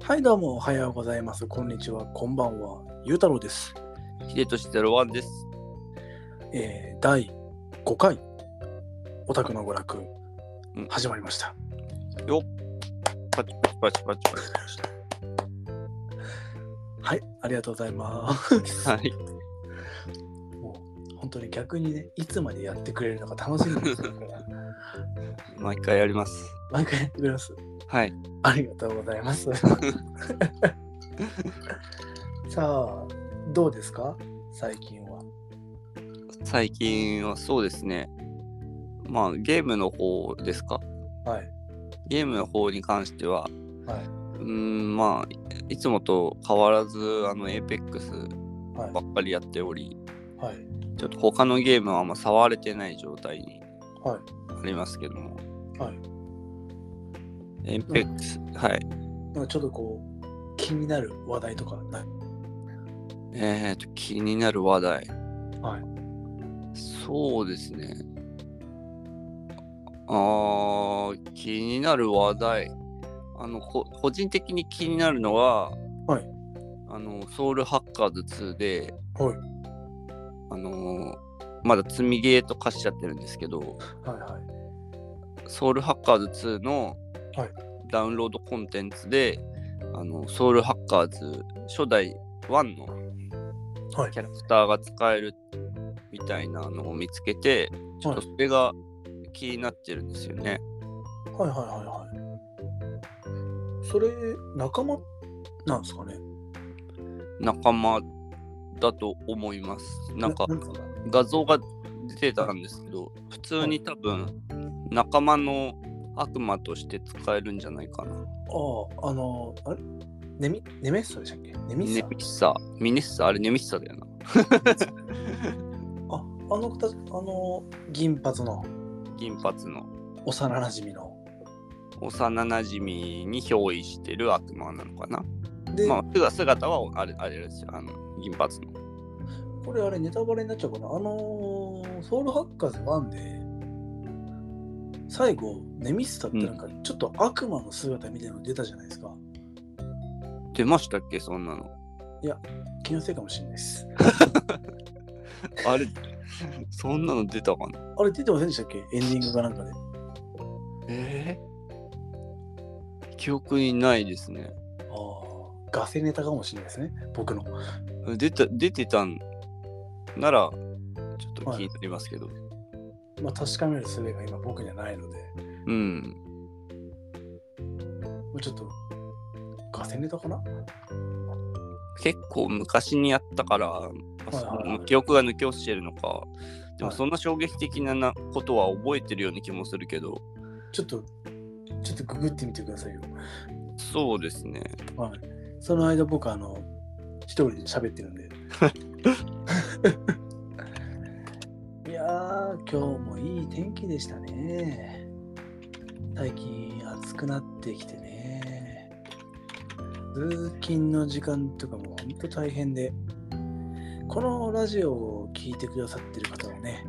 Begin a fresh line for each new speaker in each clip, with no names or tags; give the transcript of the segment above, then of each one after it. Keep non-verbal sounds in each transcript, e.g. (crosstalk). はい、どうもおはようございます。こんにちは、こんばんは。ゆうたろうです。
秀俊ゼロワンです。
えー、第5回、オタクの娯楽
うん、
始まりました。
よっ。パチパチパチパチパチ
はい、ありがとうございます。
パチ。はい。
本当に逆にね、いつまでやってくれるのか楽しみですから。
毎回やります。
毎回やってくれます。
はい。
ありがとうござい
(laughs)
ます。さあ、どうですか最近は。
最近はそうですね。まあゲームの方ですか
はい。
ゲームの方に関しては、
はいう
ーん、まあ、いつもと変わらず、あの、APEX
はい
ば。っかりやっており、
はい。
ちょっと他のゲームはあんま触れてない状態に
はい。
ありますけども。
はい。
APEX、はい。
なんかちょっとこう、気になる話題とかない
えーと、気になる話題。
はい。
そうですね。あー、気になる話題。あの、こ個人的に気になるのは、
はい。
あの、ソウルハッカーズ2で、
はい。
あのーまだ積みゲーと化しちゃってるんですけど、
はいはい。
ソウルハッカーズ2の
はい
ダウンロードコンテンツで、あのソウルハッカーズ初代1の
はい
キャラクターが使えるみたいなのを見つけて、ちょっとそれが気になってるんですよね。
はいはいはいはい。それ、仲間なんですかね
仲間だと思います。なんか
か
画像が出てたんですけど、普通に多分仲間の悪魔として使えるんじゃないかな。
ああ、あの、あれネミネメッサでしたっけネミッ
ネ
サ
ミッサ、ミネッサ、あれネミッサだよな。
あ、あの方、あの、銀髪の
銀髪の。
幼なじみの。
幼なじみに憑依してる悪魔なのかな。
で、
まあ、姿姿はあれあれですよ、あの銀髪の。
これあれネタバレになっちゃうかな。あのーソウルハッカーズ1で、最後、ネミッサってなんか、ちょっと悪魔の姿みたいなの出たじゃないですか。
出ましたっけ、そんなの。
気のせいかもしれないです。
あれ、そんなの出たかな。
あれ出てませんでしたっけエンディングかなんかで。
ええ記憶にないですね。
ああ、ガセネタかもしれないですね、僕の。
出た出てたんなら、ちょっと気になりますけど。
まあ、確かめる術が今僕にはないので、
うん。
もうちょっと、ガセネタかな
結構昔にやったから、まあそ
はいはいはい
の記憶が抜け落ちてるのか。でも
はい
そんな衝撃的ななことは覚えてるような気もするけど、
ちょっと、ちょっとググってみてくださいよ。
そうですね。
はい。その間僕、あの、一人で喋ってるんで。いやー、今日もいい天気でしたね。最近暑くなってきてね。通勤の時間とかもほんと大変で。このラジオを聞いてくださってる方はね、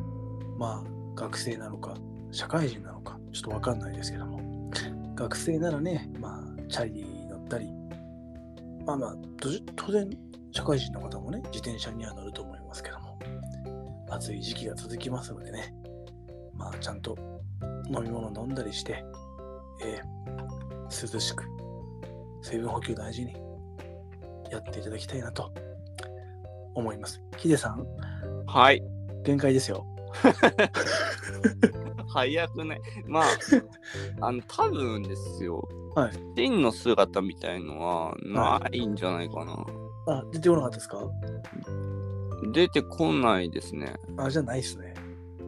まあ、学生なのか、社会人なのか、ちょっとわかんないですけども、学生ならね、まあ、チャリに乗ったり、まあまあ、どじ当然、社会人の方もね、自転車には乗ると思いますけども、暑い時期が続きますのでね、まあ、ちゃんと飲み物飲んだりして、えー涼しく、水分補給大事にやっていただきたいなと思います。ヒデさん、
はい。
限界ですよ。
早くない。 (laughs) まあ、あの、多分ですよ。
はい
真の姿みたいのはないんじゃないかな。
あ、出てこなかったですか
出てこないですね。
あ、じゃあないですね。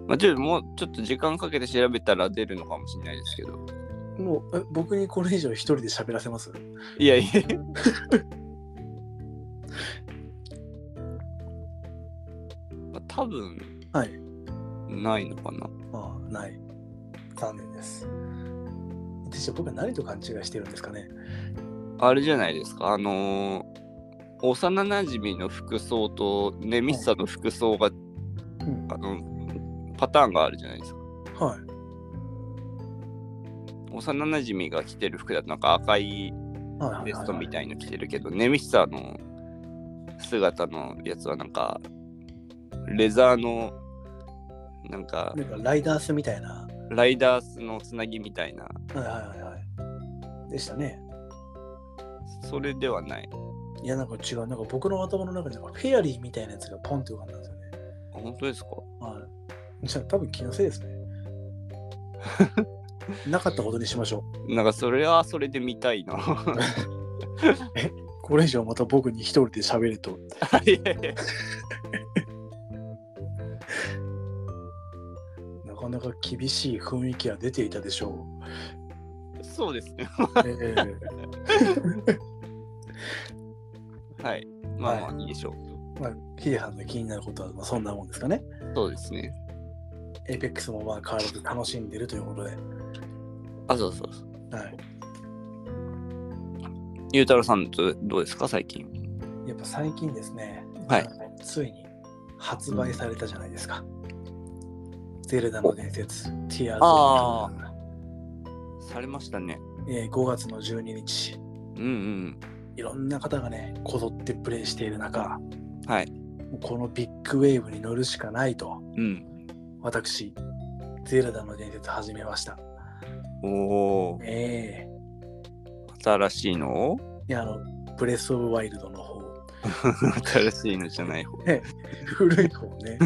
まあ、ちょっともうちょっと時間かけて調べたら出るのかもしれないですけど。
もう、え僕にこれ以上一人で喋らせます
いやいや。 (laughs) まあ、多分
はい。
ないのかな。
ああ、ない。残念です。私は僕は何と勘違いしてるんですかね。
あれじゃないですか。あのー幼なじみの服装とネミッサの服装が、
ん
あのパターンがあるじゃないですか。
はい。
幼なじみが着てる服だとなんか赤い
はいはい
ベ
は
ス
い
トみたいの着てるけど、ネミシサの姿のやつはなんか、レザーの、なんか、
なんかライダースみたいな。
ライダースのつなぎみたいな、
はいはいはいはい。でしたね。
それではない。
いや、なんか違う。なんか僕の頭の中になんかフェアリーみたいなやつがポンって浮かんだんですよね。
あ本当ですか
はい。じゃあ多分気のせい
(laughs)
ですね。なかったことにしましょ
なんかそれはそれで見たいな。
う。これ以上また僕に一人で喋ると。
(laughs) いやいや
なかなか厳しい雰囲気は出ていたでしょう。
そうですね。
え
はい。まあまあいいでしょう。
えまあ、ヒデさんの気になることはまあそんなもんですかね。
そうですね。
エイペックスもまあ変わらず楽しんでるということで。
あ、そうそうそう。
はい。
ゆうたろうさんとどうですか、最近。
やっぱ最近ですね、
はい
ついに発売されたじゃないですか。ゼルダの伝説、Tears of
あされましたね。
Kingdom えー5月の12日、
うん
いろんな方がね、こぞってプレイしている中、
うん。はい。
もうこのビッグウェーブに乗るしかないと、
うん。
私、ゼルダの伝説始めました。
おお。
え
新しいの
えいや、あの、ブレス・オブ・ワイルドの方、
(laughs) 新しいのじゃない方。
古い方
(laughs)
ね。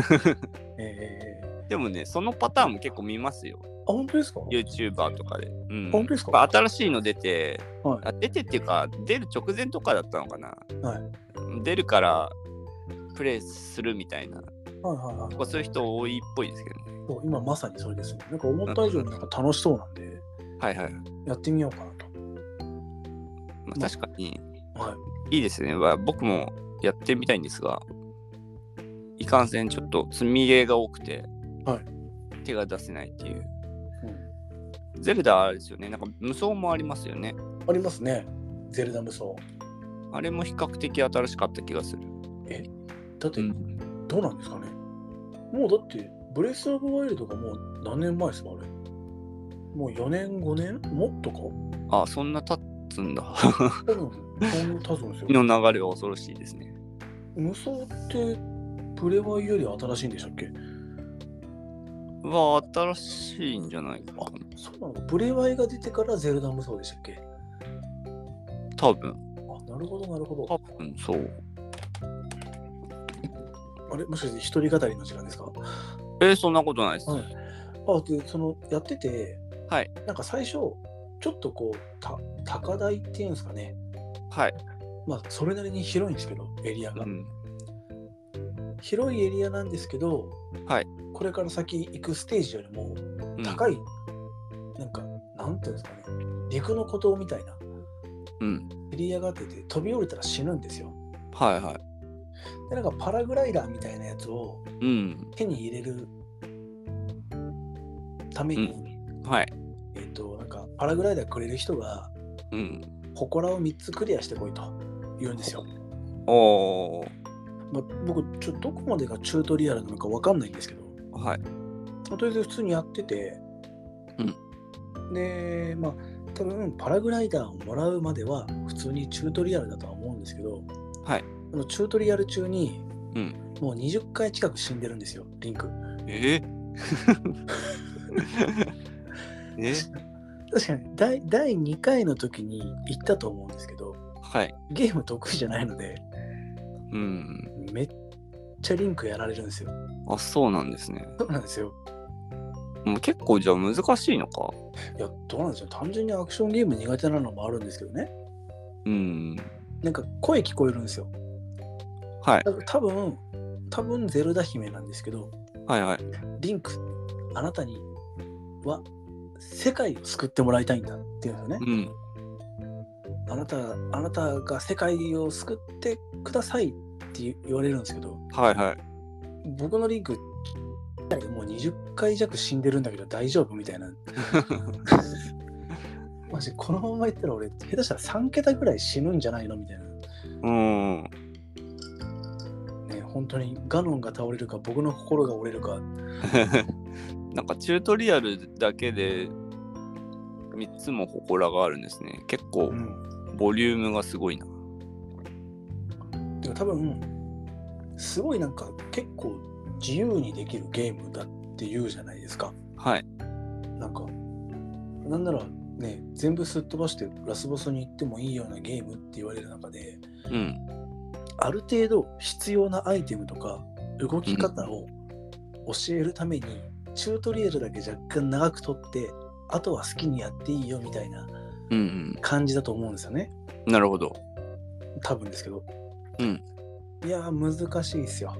ええ
でもね、そのパターンも結構見ますよ。
あ、本当ですか
YouTuber とかで。うん。
本当ですか
まあ新しいの出て、
はい
あ出てっていうか、出る直前とかだったのかな。
は
出るから、プレイするみたいな。
はいはいはい。
そういう人多いっぽいですけどね。
そう今まさにそれですね。なんか思った以上になんか楽しそうなんで、
はいはい。
やってみようかなと。
まあ、確かに、
はい。
いいですね。まあ僕もやってみたいんですが、いかんせんちょっと積みゲーが多くて、
は
手が出せないっていう。ゼルダあれですよね。なんか無双もありますよね。
ありますね。ゼルダ無双。
あれも比較的新しかった気がする。
だって、
うん
どうなんですかね。もうだって、ブレス・オブ・ワイルドがもう何年前ですか、あれ。もう4年、5年もっとか
あ、そんな経つんだ。
多
(laughs)
分、そんな経つんですよ。
の流れは恐ろしいですね。
無双って、プレワイより新しいんでしたっけ
は新しいんじゃないかな。
そうなのプレワイが出てからゼルダ無双でしたっけ
多分、
あ、なるほど、なるほど
多。分そう。
あれ、もしかして一人語りの時間ですか
えーそんなことないです。
はいあでそのやってて、
はい
なんか最初ちょっとこうた高台っていうんですかね
はい。
まあそれなりに広いんですけどエリア
う
が、
ん。
広いエリアなんですけど、
はい
これから先行くステージよりも高い、なんかなんていうんですかね陸の孤島みたいな
うん。うん。
エリアがあってて飛び降りたら死ぬんですよ
はいはい。
でなんかパラグライダーみたいなやつを
うん。
手に入れるために、
はい。
えっ、となんかパラグライダーくれる人が
うん。
祠を3つクリアしてこいと言うんですよ。
おー。
まあ、僕ちょっとどこまでがチュートリアルなのかわかんないんですけど、
はい。
まあとりあえず普通にやってて、でまあ多分パラグライダーをもらうまでは普通にチュートリアルだとは思うんですけど、
はい
あのチュートリアル中に、
うん
もう20回近く死んでるんですよリンク。
え (laughs) え
確かに第第2回の時に行ったと思うんですけど
はい。
ゲーム得意じゃないので
うん。
めっちゃリンクやられるんですよ。
あ、そうなんですね。
そうなんですよ。
もう結構じゃあ難しいのか。
いや、どうなんでしょう。単純にアクションゲーム苦手なのもあるんですけどね。
うん。
なんか声聞こえるんですよ。
はい。
だから多分、多分ゼルダ姫なんですけど、
はいはい。
リンク、あなたには世界を救ってもらいたいんだっていうんですよね。
うん。
あなた、あなたが世界を救ってくださいって言われるんですけど、
はいはい。
僕のリンク、もう20回弱死んでるんだけど大丈夫みたいな。マジこのままいったら俺、下手したら3桁ぐらい死ぬんじゃないのみたいな。
うん。は
ね、本当にガノンが倒れるか僕の心が折れるか
なんかチュートリアルだけで3つも祠があるんですね。結構
ん、
ボリュームがすごいな。
てか多分すごいなんか結構自由にできるゲームだって言うじゃないですか
はい。
なんかなんならね全部すっ飛ばしてラスボスに行ってもいいようなゲームって言われる中で
うん。
ある程度必要なアイテムとか動き方を教えるために、チュートリアルだけ若干長く取ってあとは好きにやっていいよみたいな
うん
感じだと思うんですよね
うん。なるほど。
多分ですけど、
うん
いやー難しいですよ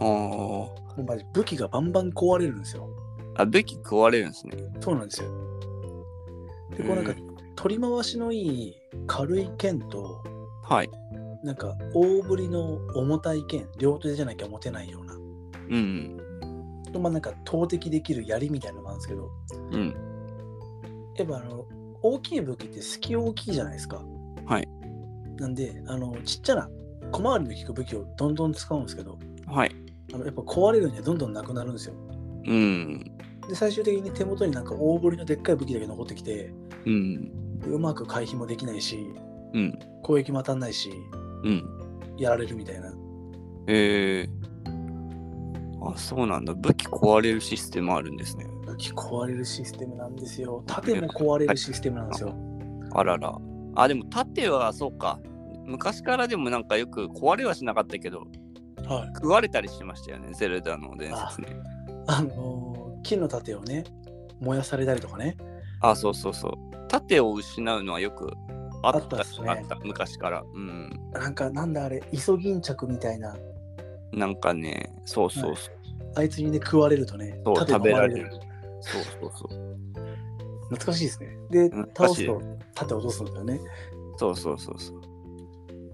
あ
もうマジ武器がバンバン壊れるんですよ
あ。あ、武器壊れるんですね。
そうなんですよでこうなんか
へー
取り回しのいい軽い剣と
はい。
なんか大ぶりの重たい剣両手じゃなきゃ持てないような
うん
とまあなんか投擲できる槍みたいなのもあるんですけど
うん。うん。
やっぱあの大きい武器って隙大きいじゃないですか。
はい。
なんであのちっちゃな小回りの利く武器をどんどん使うんですけど
はい。
あのやっぱ壊れるにはどんどんなくなるんですよ。
うん。
で最終的に手元になんか大ぶりのでっかい武器だけ残ってきて
うん。
でうまく回避もできないし
うん。
攻撃も当たんないし
うん。
やられるみたいな。
えー。あ、そうなんだ。武器壊れるシステムあるんですね。
武器壊れるシステムなんですよ。盾も壊れるシステムなんですよ。
あらら。あ、でも盾はそうか。昔からでもなんかよく壊れはしなかったけど、
はい。
食われたりしましたよね、ゼルダの伝説ね。
あのー木の盾をね燃やされたりとかね。
あそうそうそう。盾を失うのはよくあった
あったっすね
あった昔から。うん。
なんかなんだあれイソギンチャクみたいな
なんかね、そうそうそう。
あいつにね食われるとね
そう
盾が
食べられ
割
る。そうそうそう。
懐かしいですねで
懐
倒
かし
す
い
と盾落とすんだよね
そうそうそうそう。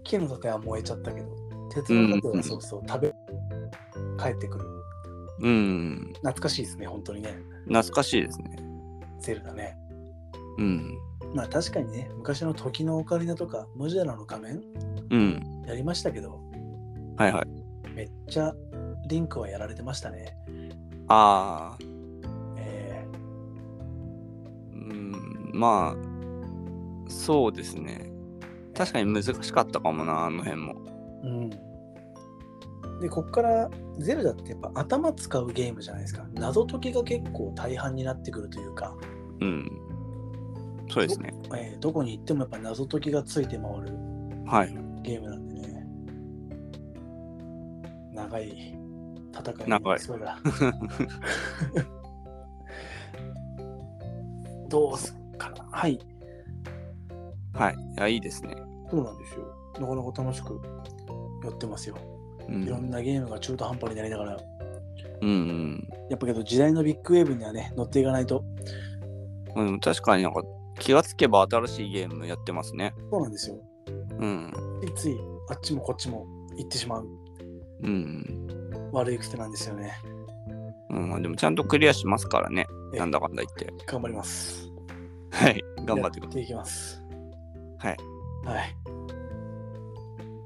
木の盾は燃えちゃったけど鉄の盾はそうそう食べ帰ってくる
うん。
懐かしいですね本当にね
懐かしいですね。
ゼルダね
うん。
まあ確かにね昔の時のオカリナとかムジェラの仮面
うん。
やりましたけど
はいはい。
めっちゃリンクはやられてましたね
ああ。
え
うん。まあ、そうですね。確かに難しかったかもな、あの辺も。
ーうんでこっからゼルダってやっぱ頭使うゲームじゃないですか謎解きが結構大半になってくるというか
うん。そうですね。
えーどこに行ってもやっぱ謎解きがついて回る
はい。
ゲームなんでね長い戦い
長い
そうだ (laughs) どうすっかなはい
はい。いや、いいですね。
そうなんですよなかなか楽しくやってますよ
う
いろん
ん。
なゲームが中途半端になりながら
うん、
やっぱけど時代のビッグウェーブにはね乗っていかないと
うん。でも確かになんか気がつけば新しいゲームやってますね。
そうなんですよ
うん。
ついついあっちもこっちも行ってしまう
うん。
悪い癖なんですよね
うん、でもちゃんとクリアしますからね。なんだかんだ言って。
頑張ります
はい。頑張ってく
やっ
だ
ていきます。
はい。
はい。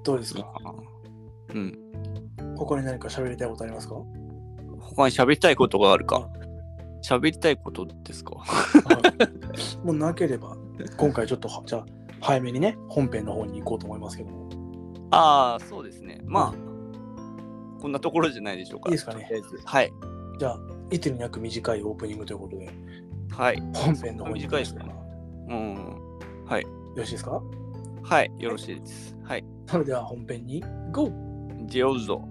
どうです
さい
か。
うん。
他に何か喋りたいことあり
(laughs)
ますかは
他に喋りたいことがあるか。喋りたいことですか。 (laughs)
いもうなければ、今回ちょっとは、じゃあ、早めにね、本編の方に行こうと思いますけども。
ああ、そうですね。まあ、こんなところじゃないでしょうか。
いいですかね
とりあえずはい。
じゃあ、いつになく短いオープニングということで、
はい。
本編の方に行きましょう
短
か。
い
よ
うん。
ろしいですか
はい。よろしいです。はい。
それでは本編に GO!
ジェオゾ。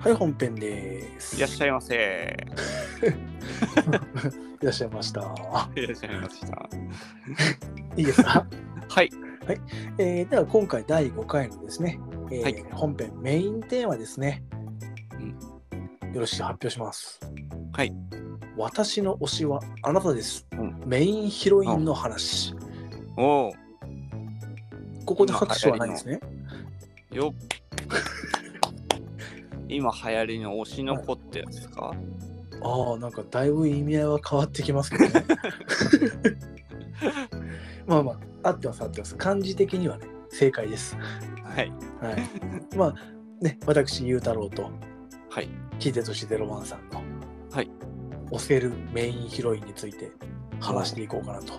はい、本編です。
いらっしゃいませ。
いらっしゃいました。
いらっしゃいました。
いいですか
はい。
えーでは今回第5回のですね、えー
はい
本編メインテーマですね、よろしく発表します
はい
私の推しはあなたです、
うん
メインヒロインの話、
おお。
ここで拍手はないんですね
よっ。今流行りの推しの子ってやつですか
ああなんかだいぶ意味合いは変わってきますけど
(laughs)
ねまあまあ合ってます合ってます漢字的にはね正解です
はい。 (laughs)
はいまあね私ゆうたろうと
はい。
秀俊ゼロワンさんの、
はい、
推せるメインヒロインについて話していこうかなと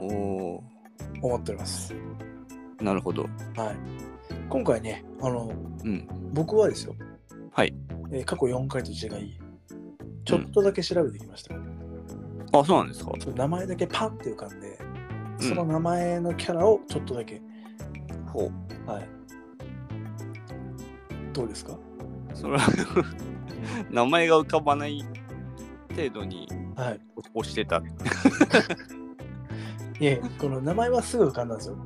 お
思っております。
ーなるほど。
はい、今回ねあの
うん。
僕はですよ、
はい
えー過去4回と違いちょっとだけ調べてきました、
あ、そうなんですか。
その名前だけパンって浮かんで
ん
その名前のキャラをちょっとだけ、
ほう。
はいどうですか
それは (laughs) 名前が浮かばない程度に
はい
押してた。
い
(laughs)
えこの名前はすぐ浮かんだんですよ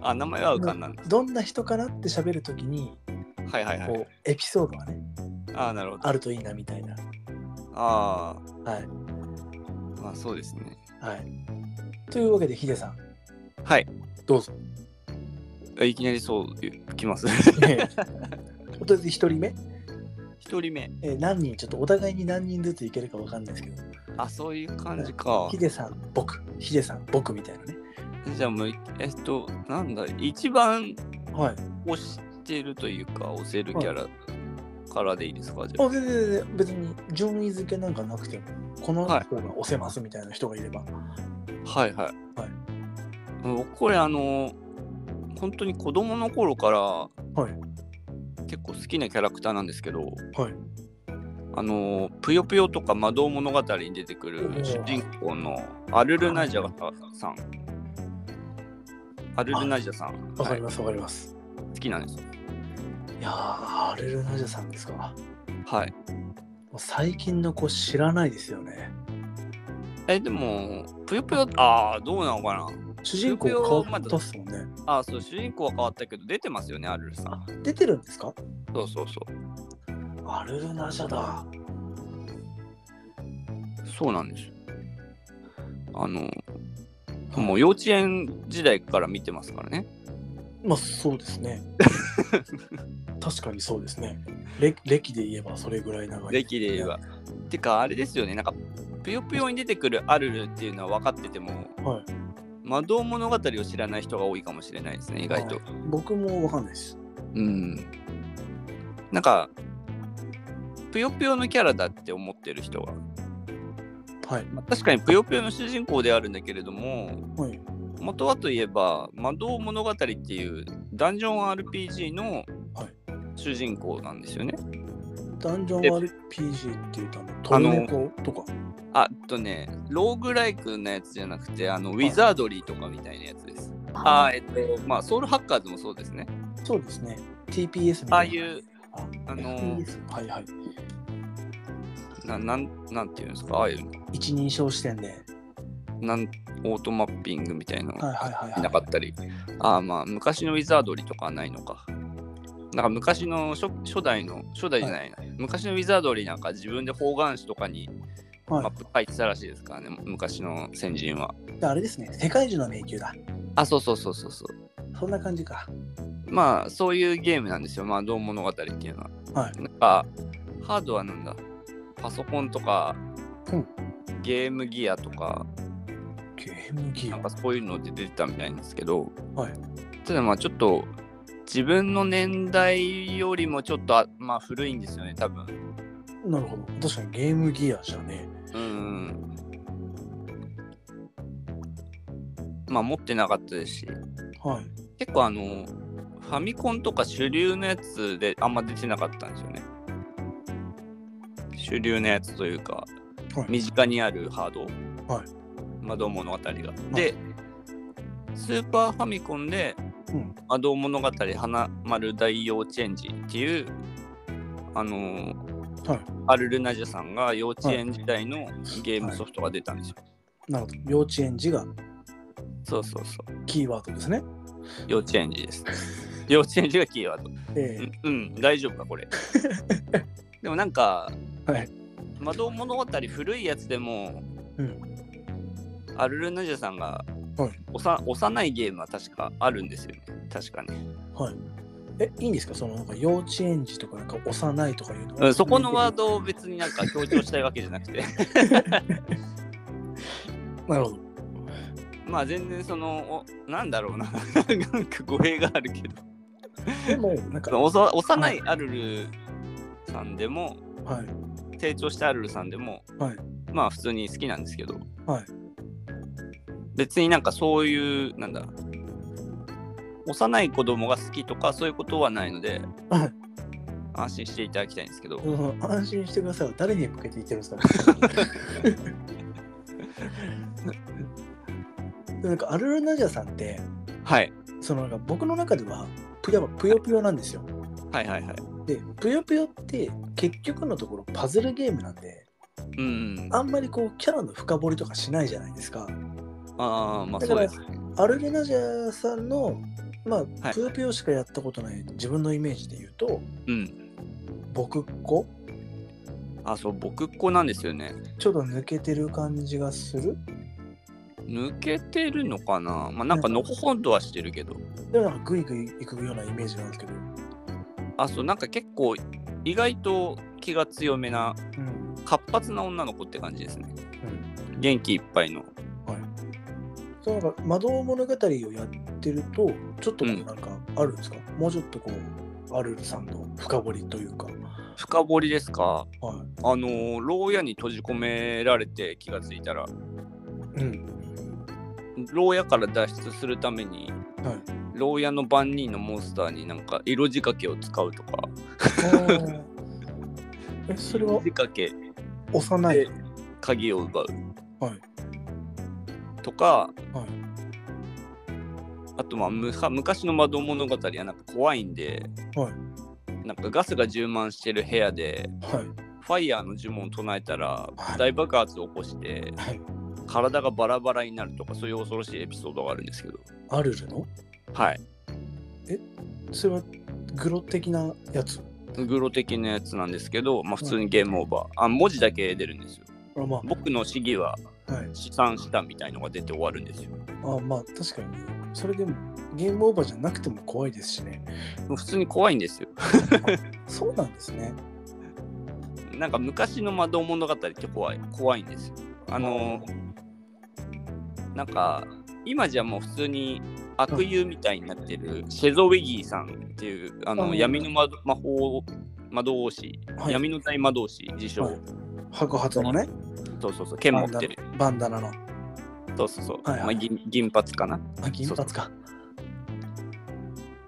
あ、名前は浮かんだんだ。
どんな人かなって喋るときに
はいはいはい。
こうエピソードがね
あーなるほど。
あるといいなみたいな
あ
はい
あ、まあそうですね。
はいというわけでヒデ
(laughs)
さん
はい。
どうぞ
えいきなりそうきます。 (laughs)
ええとりあえず1人目、
一人目。
えー何人ちょっとお互いに何人ずついけるかわかんないですけど
あ、そういう感じか
ヒ。デさん、僕、ヒデさん、僕みたいなね。
じゃあもう、えっと、なんだ、一番
はい。
押してるというか、押せるキャラからでいいですか、じゃ
あ、全然全然別に順位付けなんかなくても、この
はい
人が押せますみたいな人がいれば。
あ。はいはい。僕これ、あの、本当に子供の頃から、
い
結構好きなキャラクターなんですけど、
はい
あの、ぷよぷよとか魔導物語に出てくる
おー
主人公のアルルナジャさん。アルルナジャさん、
わか
は
り
い、
ます、わかります。
好きなんですよ。
いやー、アレルナジャさんですか。も
はい。
う最近の子知らないですよね。
え、でも、ぷよぷよ、ああ、どうなのかな
主人公
ぷよぷよ
変わったっすもんね。
あそう主人公は変わったけど出てますよねアルルさん
あ、出てるんですか
そうそうそう
アレルナジャだ。
そうなんですよあのもう幼稚園時代から見てますからね
まあ、そうですね。確かにそうですね。歴歴で言えばそれぐらい長い。
歴で言えばてかあれですよねなんかぷよぷよに出てくるアルルっていうのは分かってても
はい。
魔導物語を知らない人が多いかもしれないですね意外と
はい僕もわかんないです。
うんなんかぷよぷよのキャラだって思ってる人は、
はい。
まあ確かにぷよぷよの主人公であるんだけれども
はい。
元はといえば「魔導物語」っていうダンジョン RPG の
はい
主人公なんですよね。
ダンジョン
で
RPG っていうと、あの、トルネコとか。
ああとねローグライクなやつじゃなくてあのウィザードリーとかみたいなやつです。ああーえっとまあソウルハッカーズもそうですね。
そうですね。TPS み
あ
た
あ
い
い
な。
う
あ
あの
(laughs) FPS はいはい。
ななんなんていうんですかああいう
一人称視点で。はい
なんオートマッピングみたいなの
はい
が
はいはい。
なかったり、ああまあ昔のウィザードリーとかはないのか。なんか昔の初初代の初代じゃないな、昔のウィザードリーなんか自分で方眼紙とかに
は
マップ入ってたらしいですからね、昔の先人は。
い、であれですね。世界中の迷宮だ。
あ、そうそうそうそうそう。
そんな感じか。
まあ、そういうゲームなんですよ、まあ、どう物語っていうのは。
はい。
なんか、ハードはなんだ、パソコンとか、
うん
ゲームギアとか、
ゲームギ
な
ア
ん。かそういうので出てたみたいなんですけど、
はい
ただまあ、ちょっと、自分の年代よりもちょっとあ、まあ、古いんですよね、多分。
なるほど。確かにゲームギアじゃね
うん。まあ、持ってなかったですし。
はい。
結構あのファミコンとか主流のやつであんま出てなかったんですよね主流のやつというか、
はい
身近にあるハード
はい
魔導物語が、
はい
でスーパーファミコンで、
うん
魔導物語花丸大幼稚園児っていうあのー
はい
アルルナジャさんが幼稚園時代のゲームソフトが出たんですよ、
なるほど。幼稚園児が
そうそうそう
キーワードですね。
幼稚園児です幼稚園児がキーワード
え
うんうん、大丈夫か、
(laughs)
これ。でもなんか、
えはい。
魔導物語古いやつでも、
うん
アルルナジャさんが、
はい
おさ幼いゲームは確かあるんですよね。確かね。
はい。え、いいんですかそのなんか幼稚園児とかなんか幼いとかいうのは、
うん、そこのワードを別になんか強調したいわけじゃなくて、 (laughs)
なるほど。
まあ全然その、おなんだろうな、 (laughs) なんか語弊があるけど、
でも、なんか
そ、のおさ幼いアルルさんでも、
はい。
成長したアルルさんでも、
はい
まあ普通に好きなんですけど、
はい
別になんかそういうなんだ幼い子供が好きとかそういうことはないので、
はい
安心していただきたいんですけど、
うん安心してください。誰に向けて言ってるんですか (laughs) なんかアルルナジャさんって
はい
そのなんか僕の中ではぷやぷよぷよなんですよ。
はいはいはい
でぷよぷよって結局のところパズルゲームなんで
うん
あんまりこうキャラの深掘りとかしないじゃないですか。
ああま
だ
あ
か
そう
ら
です
アルルナジャさんのまあ
はい
ぷよぷよしかやったことない自分のイメージで言うと
うん
僕っ子
あそう僕っ子なんですよね
ちょっと抜けてる感じがする
抜けてるのかなまあなんかのほほんとはしてるけど
でもなんかグイグイ行くようなイメージなんですけど。
あそうなんか結構意外と気が強めな
うん
活発な女の子って感じですね、元気いっぱいの
はい、そうなんか魔導物語をやってるとちょっとこう
うん
なんかあるんですか、もうちょっとこうアルルさんの深掘りというか、
深掘りですか
は
あのー牢屋に閉じ込められて気がついたら
いうん
牢屋から脱出するために
はい、
牢屋の番人のモンスターになんか色仕掛けを使うとか
えそれは
色仕掛け
幼い
で鍵を奪う、
はい
とか、
はい
あとまあむか昔の魔導物語はなんか怖いんで、
は
なんかガスが充満してる部屋で
はい
ファイヤーの呪文を唱えたら
はい
大爆発を起こして
はい
体がバラバラになるとかそういう恐ろしいエピソードがあるんですけど
アルルの
はい
それはグロ的なやつ
グロ的なやつなんですけど、まあ、普通にゲームオーバーあ文字だけ出るんですよ
あま
僕の試技は
あはい
試算したみたいのが出て終わるんですよ
あまあ確かにそれでもゲームオーバーじゃなくても怖いですしね
普通に怖いんですよ
そうなんですね
なんか昔の魔導物語って怖い怖いんですよあのなんか今じゃもう普通に悪友みたいになってるシェゾウェギーさんっていうあ
う
の
ん
闇の魔魔法魔導士、
はい
闇の大魔導士自称、
はい白髪のね
そうそうそう剣持ってる
バンダナの
そうそうそう、
はいはい
まあ、銀銀髪かな
あ銀髪か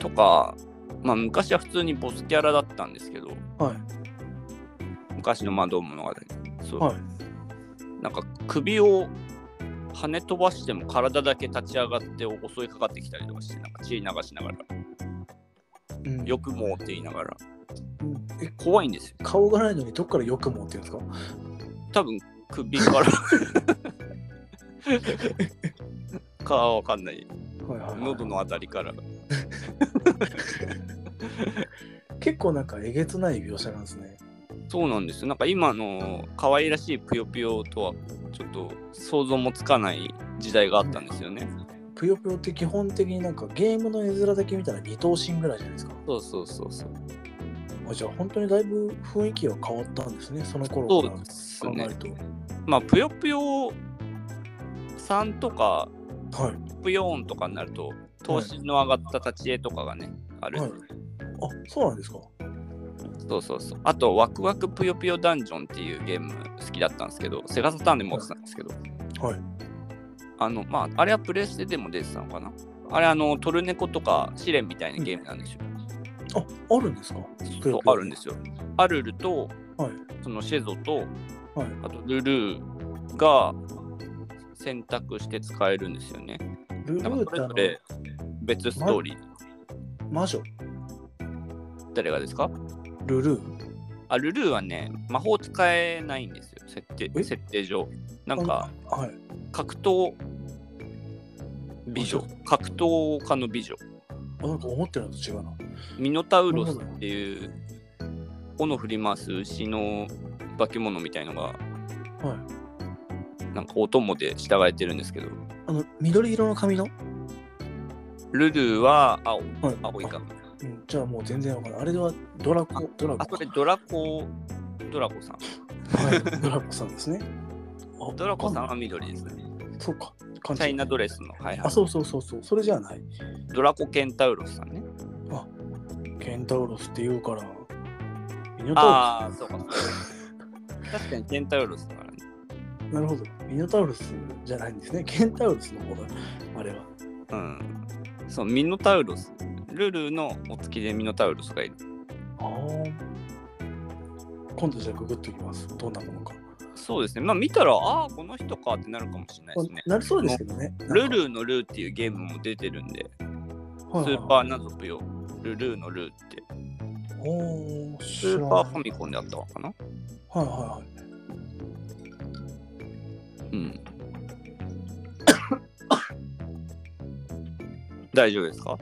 とか、まあ、昔は普通にボスキャラだったんですけど
はい
昔の魔導物語そう、
はい
なんか首を跳ね飛ばしても体だけ立ち上がって襲いかかってきたりとかしてなんか血流しながら
うん
よくもうって言いながら
うんえ
怖いんですよ
顔がないのにどっからよくもって言うんですか
多分首から
(laughs)
(laughs) かわかんない
はいはいはい
喉のあたりから
結構なんかえげつない描写なんですね。
そうなんですよなんか今の可愛らしいぷよぷよとはちょっと想像もつかない時代があったんですよね
ぷよぷよって基本的になんかゲームの絵面だけ見たら二等身ぐらいじゃないですか。
そうそうそうそう
あじゃあ本当にだいぶ雰囲気は変わったんですね、その
そ
頃から
うです
考え
ね
ると。
まあぷよぷよさんとか
はい。
ぷよーんとかになると投資の上がった立ち絵とかがね、ある、
はいあそうなんですか。
そうそうそうあとワクワクぷよぷよダンジョンっていうゲーム好きだったんですけどセガサターンで持ってたんですけど、
はい。
あのまああれはプレステでも出てたのかなあれあのトルネコとか試練みたいなゲームなんですよ、
ああるんですかぷ
そ
よ
う
ぷよ
あるんですよアルルと
はい。
そのシェゾと、
はい
あとルルーが選択して使えるんですよね
ルル
なんかそれ
ー
ぞ
って
れ別ストーリー、
あの魔女、
誰がですか
ルルー。
あルルーはね魔法使えないんですよ設
え
定設定上なんか
あ、はい。
格闘美女格闘家の美女
あなんか思ってるのと違うな。
ミノタウロスっていう斧振り回す牛の化け物みたいのが
はい。
なんかお供で従えてるんですけど
あの、緑色の髪の、
ルルーは青
はい、
青いか
うんじゃあもう全然わかんない。あれはドラコ、ドラ
あ
コ
と。でドラコドラコさん
はい、ドラコさん
(laughs)
ですね。あ
ドラコさんは緑ですね
そうか。チ
チャイナドレスの、はいは
あ、
い、
そうそうそうそう。それじゃない。
ドラコケンタウロスさんね
ケンタウロスって言うから。ミノタウロ
ああそうかそうか確かにケンタウロスだからね。
なるほど。ミノタウルスじゃないんですね。ケンタウルスの方だ、あれは。
うん。そう、ミノタウロス。ルルのお月でミノタウロスがいる。
ああ。今度じゃあググっときます。どんなものか。
そうですね。まあ見たら、ああ、この人かってなるかもしれないですね。
なりそうですけどね。
ルルーのルーっていうゲームも出てるんで、スーパーナゾプよ。ルルーのルーって。
ー。おー、
スーパーファミコンであったのかな
はいはいはい。
うん。 (coughs) 大丈夫ですか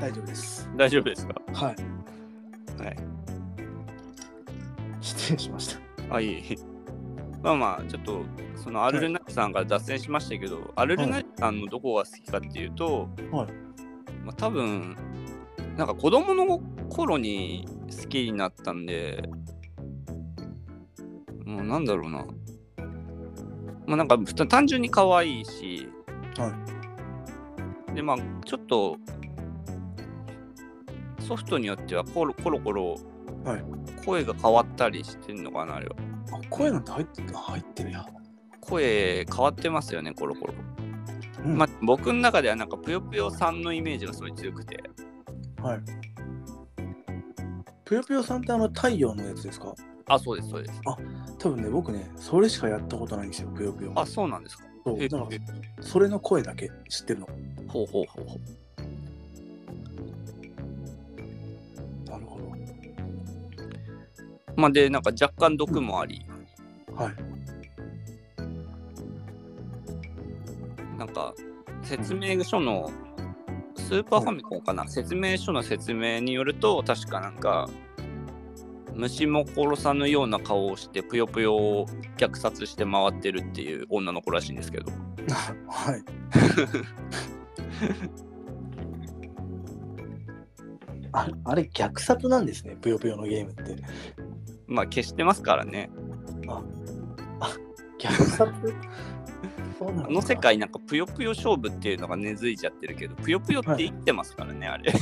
大丈夫です。
大丈夫ですか
はい。
はい。
失礼しました。
あ、い (laughs) い。まあまあ、ちょっと、そのアルルナイさんから脱線しましたけど、アルルナイさんのどこが好きかっていうと、
はい
まあ多分、なんか子供の頃に好きになったんで、もうなんだろうな。まあなんか、普通単純に可愛いし、
はい。
でまあちょっとソフトによってはコロコロコロ
はい
声が変わったりしてんのかなあれは
あ、声なんて入って入ってるや。
声変わってますよねコロコロ、
うん
まあ僕の中ではなんかぷよぷよさんのイメージがすごい強くて
はい。ぷよぷよさんってあの太陽のやつですか
あそうですそうです
多分ね、僕ね、それしかやったことないんですよ、ぷよぷよ。
あそうなんですか
そう
え
だから
え
それの声だけ知ってるの。
ほうほうほうほう
なるほど。
まあでなんか若干毒もあり、
はい。
なんか説明書のスーパーファミコンかな、説明書の説明によると確かなんか虫も殺さぬような顔をしてぷよぷよを虐殺して回ってるっていう女の子らしいんですけど
はい。ああれ、虐殺なんですね、ぷよぷよのゲームって。
まあ消してますからね
虐殺そうな
あ
の
の世界なんかぷよぷよ勝負っていうのが根付いちゃってるけどぷよぷよって言ってますからね、あれ
い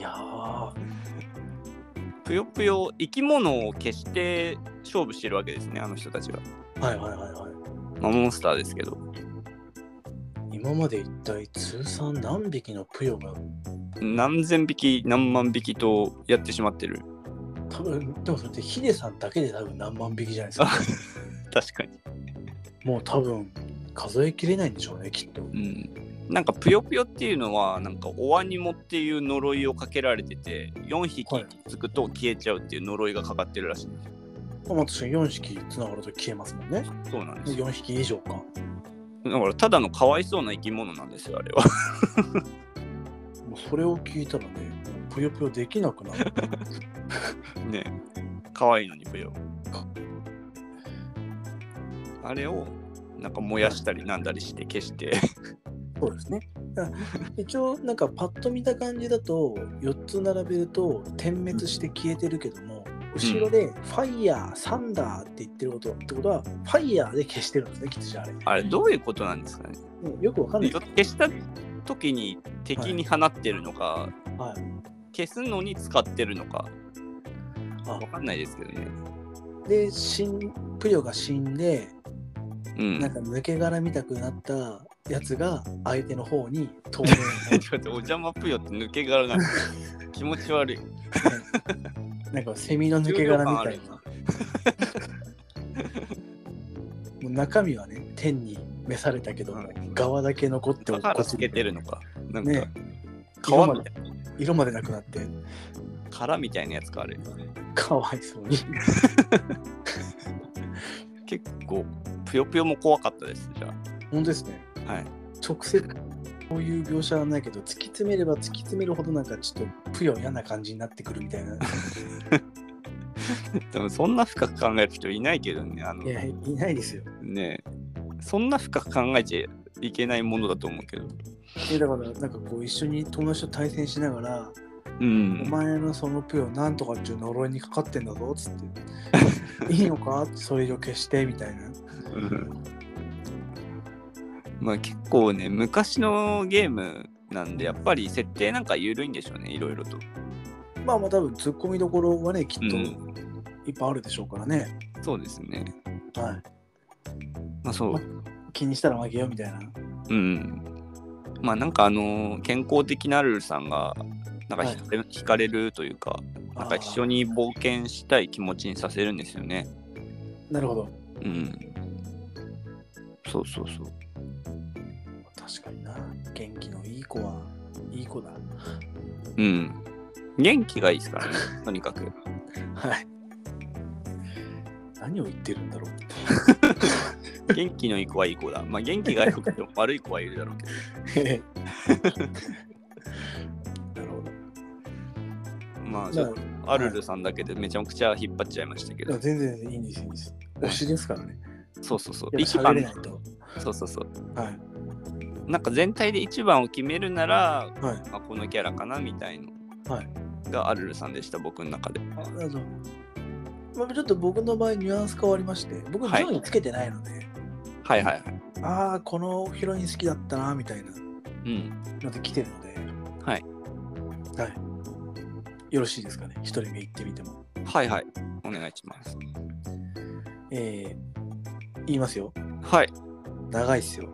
やー、
ぷよぷよ生き物を消して勝負してるわけですねあの人たちが、
はいはいはいはい。
まあ、モンスターですけど
今まで一体通算何匹のぷよが
何千匹何万匹とやってしまってる
多分でもそれってヒデさんだけで多分何万匹じゃないですか
(laughs) あ確かに、
もう多分数えきれないんでしょうねきっと
うん、なんかぷよぷよっていうのはなんかおアニモっていう呪いをかけられてて4匹
はい
つくと消えちゃうっていう呪いがかかってるらしいんですよ
まあ確かに4匹つながると消えますもんね
そうなんですよ
4匹以上か
だからただのかわいそうな生き物なんですよあれは
もうそれを聞いたらねもうぷよぷよできなくなる
ねかわいいのにぷよあれをなんか燃やしたりなんだりして消して
そうですねだから一応なんかパッと見た感じだと4つ並べると点滅して消えてるけども後ろで「ファイヤー」「サンダー」って言ってることってことは「ファイヤー」で消してるんですねきっとじゃああれ、ね
あれどういうことなんですかね
よくわかんないです
消した時に敵に放ってるのか、
はい
消すのに使ってるのか
あ
わかんないですけどね
で死んプヨが死んで
う
なん
ん
か抜け殻みたくなったやつが相手の方に透明 (laughs)
(laughs) ちょっとお邪魔ぷよって抜け殻が気持ち悪い
ななんかセミの抜け殻みたいな
重量感
も (laughs) う中身はね天に召されたけども、
うん
側だけ残って
だ
落っ
から
こち
つけてるのかなんか、
ね
皮
色ま
み
で
たいな
色までなくなって
殻みたいなやつかあれ
かわい
(laughs)
そうに
結構ぷよぷよも怖かったですじゃ
本当ですね
あはい
直接こういう描写はないけど突き詰めれば突き詰めるほどなんかちょっとプヨ嫌な感じになってくるみた
(laughs)
いな
でもそんな深く考える人いないけどねあの
いやいないですよ
ねそんな深く考えちゃいけないものだと思うけど
えだからなんかこう一緒に友達と対戦しながら
う
お
ん
前のそのプヨなんとかっていう呪いにかかってんだぞっつって
(laughs)
いいのかそれ以上消してみたいな
うんまあ結構ね昔のゲームなんで、やっぱり設定なんか緩いんでしょうね、いろいろと。
まあまあ多分ツッコミどころはねき
う
っと
ん、
いっぱいあるでしょうからね、
そうですね。
はい、
まあそう。
気にしたら負けよみたいな
うん。まあなんかあのー健康的なルールさんが、なんか
はい
惹かれ惹かれるというか、なんか一緒に冒険したい気持ちにさせるんですよね。
なるほど
うん。そうそうそう。
確かにな元気のいい子はいい子だ
うん。元気がいいですからね、とにかく。
はい何を言ってるん
(laughs)
だろう (laughs)
元気のいい子はいい子だ。まあ元気が良くても悪い子はいるだろう
(laughs)
けど。
へへなるほど
まあち
ま
ょ
あ
っとアルルさんだけでめちゃくちゃ引っ張っちゃいましたけ
でも
ど。
全然いいんですいいんです推しですからね
そうそうそう。
やっ
一
ぱ喋れ
番
ないと
そうそうそう。
はい
なんか全体で一番を決めるなら、
はい
まあ、このキャラかなみたいの
はい
がアルルさんでした、僕の中で。
あなるほどまあちょっと僕の場合ニュアンス変わりまして僕
はい
順位つけてないので、
はいはいはい。
ああこのヒロイン好きだったなみたいな
うん。
ので来てるので
はい。
はいよろしいですかね一人目行ってみても
はいはい。お願いします。
えー、言いますよ
はい。
長いっすよ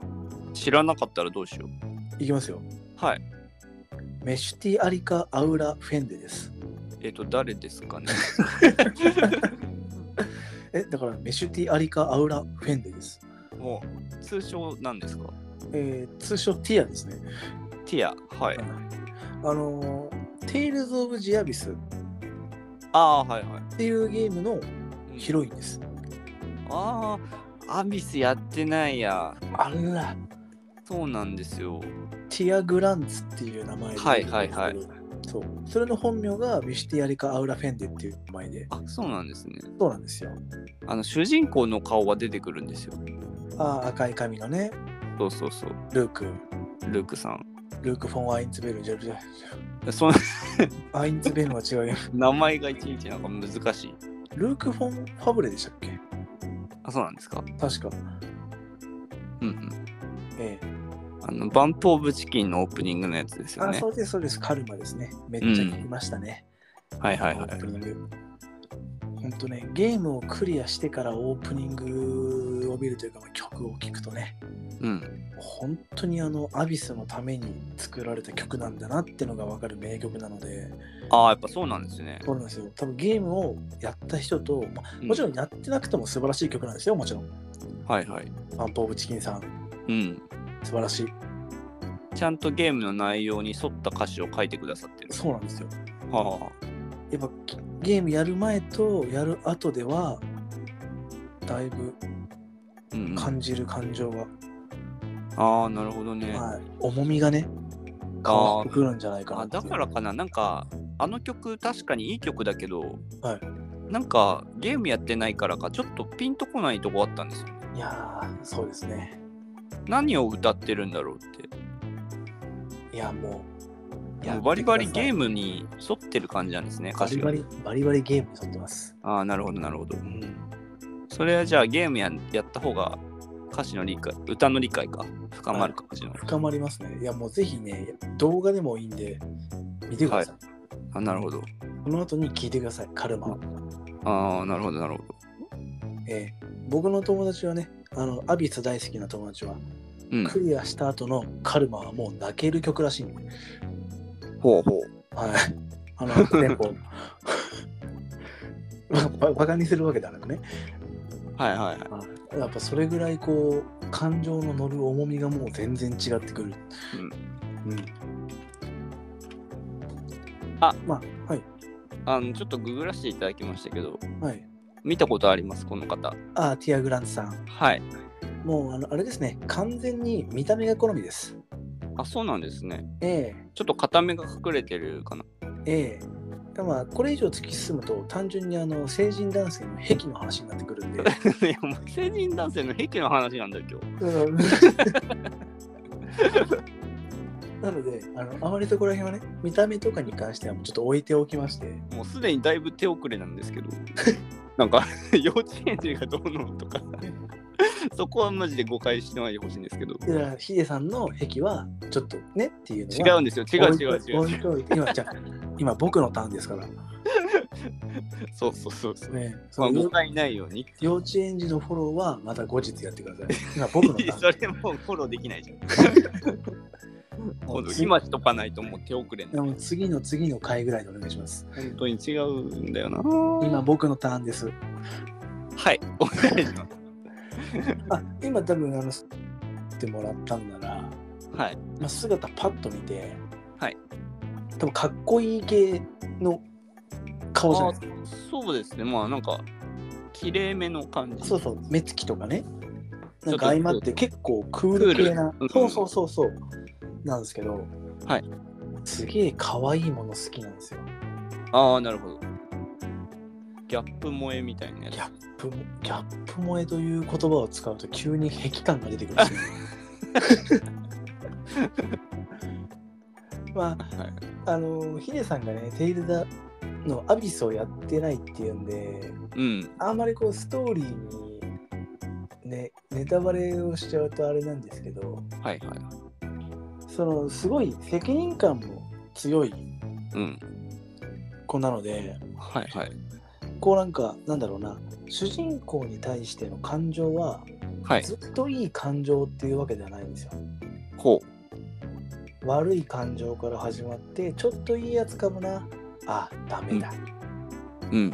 知らなかったらどうしよう。
いきますよ
はい。
メシュティアリカ・アウラ・フェンデです
えっ、と、誰です
(laughs)
かね。
えだからメシュティアリカ・アウラ・フェンデです、
もう、通称なんですか
えー、通称ティアですね、
ティア。はい。
あのテイルズ・オブ・ジアビスっ
ああー、はいはい。
ていうゲームの
うん
ヒロインです、
ああ、アビスやってないや。
あら
そうなんですよ。
ティア・グランツっていう名前で
はいはいはい
そうそれの本名がメシュティアリカ・アウラ・フェンデっていう名前で
あ、そうなんですね。
そうなんですよ
あの、主人公の顔は出てくるんですよ。
あー赤い髪のね
そうそうそう。
ルーク
ルークさん。
ルーク・フォン・アインツベルじゃじゃ
その
アインツベルは違う
(laughs)
よ
名前がいちいちなんか難しい。
ルーク・フォン・ファブレでしたっけ
あ、そうなんですか。
確か
うんうん。
ええ
あの、バンプ・オブ・チキンのオープニングのやつですよ
あ
ね。
そうですそうですカルマですねめっちゃ聞きましたね、
はいはいは
オー
い
プ。ニングほんとねゲームをクリアしてからオープニングを見るというか、まあ、曲を聴くとね
うん。
本当にあのアビスのために作られた曲なんだなってのが分かる名曲なので
ああ、やっぱそうなんですね。
そうなんですよ多分ゲームをやった人と、まあ、
う
もちろんやってなくても素晴らしい曲なんですよもちろん
はいはい。
アンポーブチキンさん
うん。
素晴らしい
ちゃんとゲームの内容に沿った歌詞を書いてくださってる。
そうなんですよ
は
やっぱきゲームやる前とやる後ではだいぶ
あ。うん、うん。
感じる感情が、
ああ、なるほどね。
はい、重みがね変わってくるんじゃないかな
あ
ってい
だ
う
からかな、なんか、あの曲、確かにいい曲だけど、
は
なんか、ゲームやってないからか、ちょっとピンとこないとこあったんですよ。
いやーそうですね
何を歌ってるんだろうって。
いやもう
もうバリバリゲー
ム
ムに沿ってる感じなんですね、
バ
歌詞
リ
が。
バリバリバリゲームに沿ってます、
ああ、なるほど、なるほど
う。ん、
それはじゃあ、ゲームややった方が、歌詞の理解、歌の理解か、深まるかもしれない。
深まりますねいやもうぜひね動画でもいいんで見てください、
あなるほど。
この後に聞いてくださいカルマ、
ああ、なるほど、なるほど。
えー僕の友達はねあのアビス大好きな友達は
うん。
クリアした後のカルマはもう泣ける曲らしいんで、
ほうほう。
はい。あ
(laughs)
の、テン (laughs) ポ。ババカにするわけではなくね。
はいはいはい。
やっぱそれぐらいこう、感情の乗る重みがもう全然違ってくる。うん。
あ
まあ、はい。
あの、ちょっとググらせていただきましたけど、
はい。
見たことあります、この方。
あー、ティアグランツさん。
はい。
もう、あの、あれですね。完全に見た目が好みです。
あ、そうなんですね。
え
ちょっと固めが隠れてるかな。 (laughs)
えええでまあ、これ以上突き進むと単純にあの成人男性の癖の話になってくるんで
いや、もう成人男性の癖の話なんだよ、今日。
(laughs) なのであのあまりそこら辺はね見た目とかに関してはもうちょっと置いておきまして
もうすでにだいぶ手遅れなんですけど。 (laughs) なんか (laughs) 幼稚園児がどうのとか (laughs) そこはマジで誤解しないでほしいんですけど
だからヒデさんの癖はちょっとねっていうの
違
は
うんですよ違う違う違う
置いと置いといて今じゃあ今僕のターンですから、
そうそうそうそう、
ね、そ
まあ、
の
誤解ないように
幼稚園児のフォローはまた後日やって
(laughs)
ください。今僕のターン
それもうフォローできないじゃん今度今しとかないともう手遅れね
でも次の次の回ぐらいでお願いします。
本当に違うんだよな
今僕のターンです。
はいお願いします
あ今多分あのってもらったんなら、
はい
まあ、姿パッと見て、
はい、
多分かっこいい系の顔じゃないですか。
そうですねまあなんか綺麗めの感じ
そうそう目つきとかねなんか
ちょっと
相まって結構クール系な
クール
そうそうそうそうなんですけど、
はい、
すげえ可愛いもの好きなんですよ。
ああなるほどギャップ萌えみたいなやつ
ギャップもギャップ萌えという言葉を使うと急に壁感が出てくるん
(laughs)
ですよ。ま
はい
ああのヒデさんがね「テイル・ダ」の「アビス」をやってないっていうんで
うん
あんまりこうストーリーに、ね、ネタバレをしちゃうとあれなんですけど
はいはい
そのすごい責任感も強い
うん
子なので
はいはい
こうなんかなんだろうな主人公に対しての感情は
はい
ずっといい感情っていうわけではないんですよ。
こう
悪い感情から始まってちょっといいやつかもなあダメだ、
うん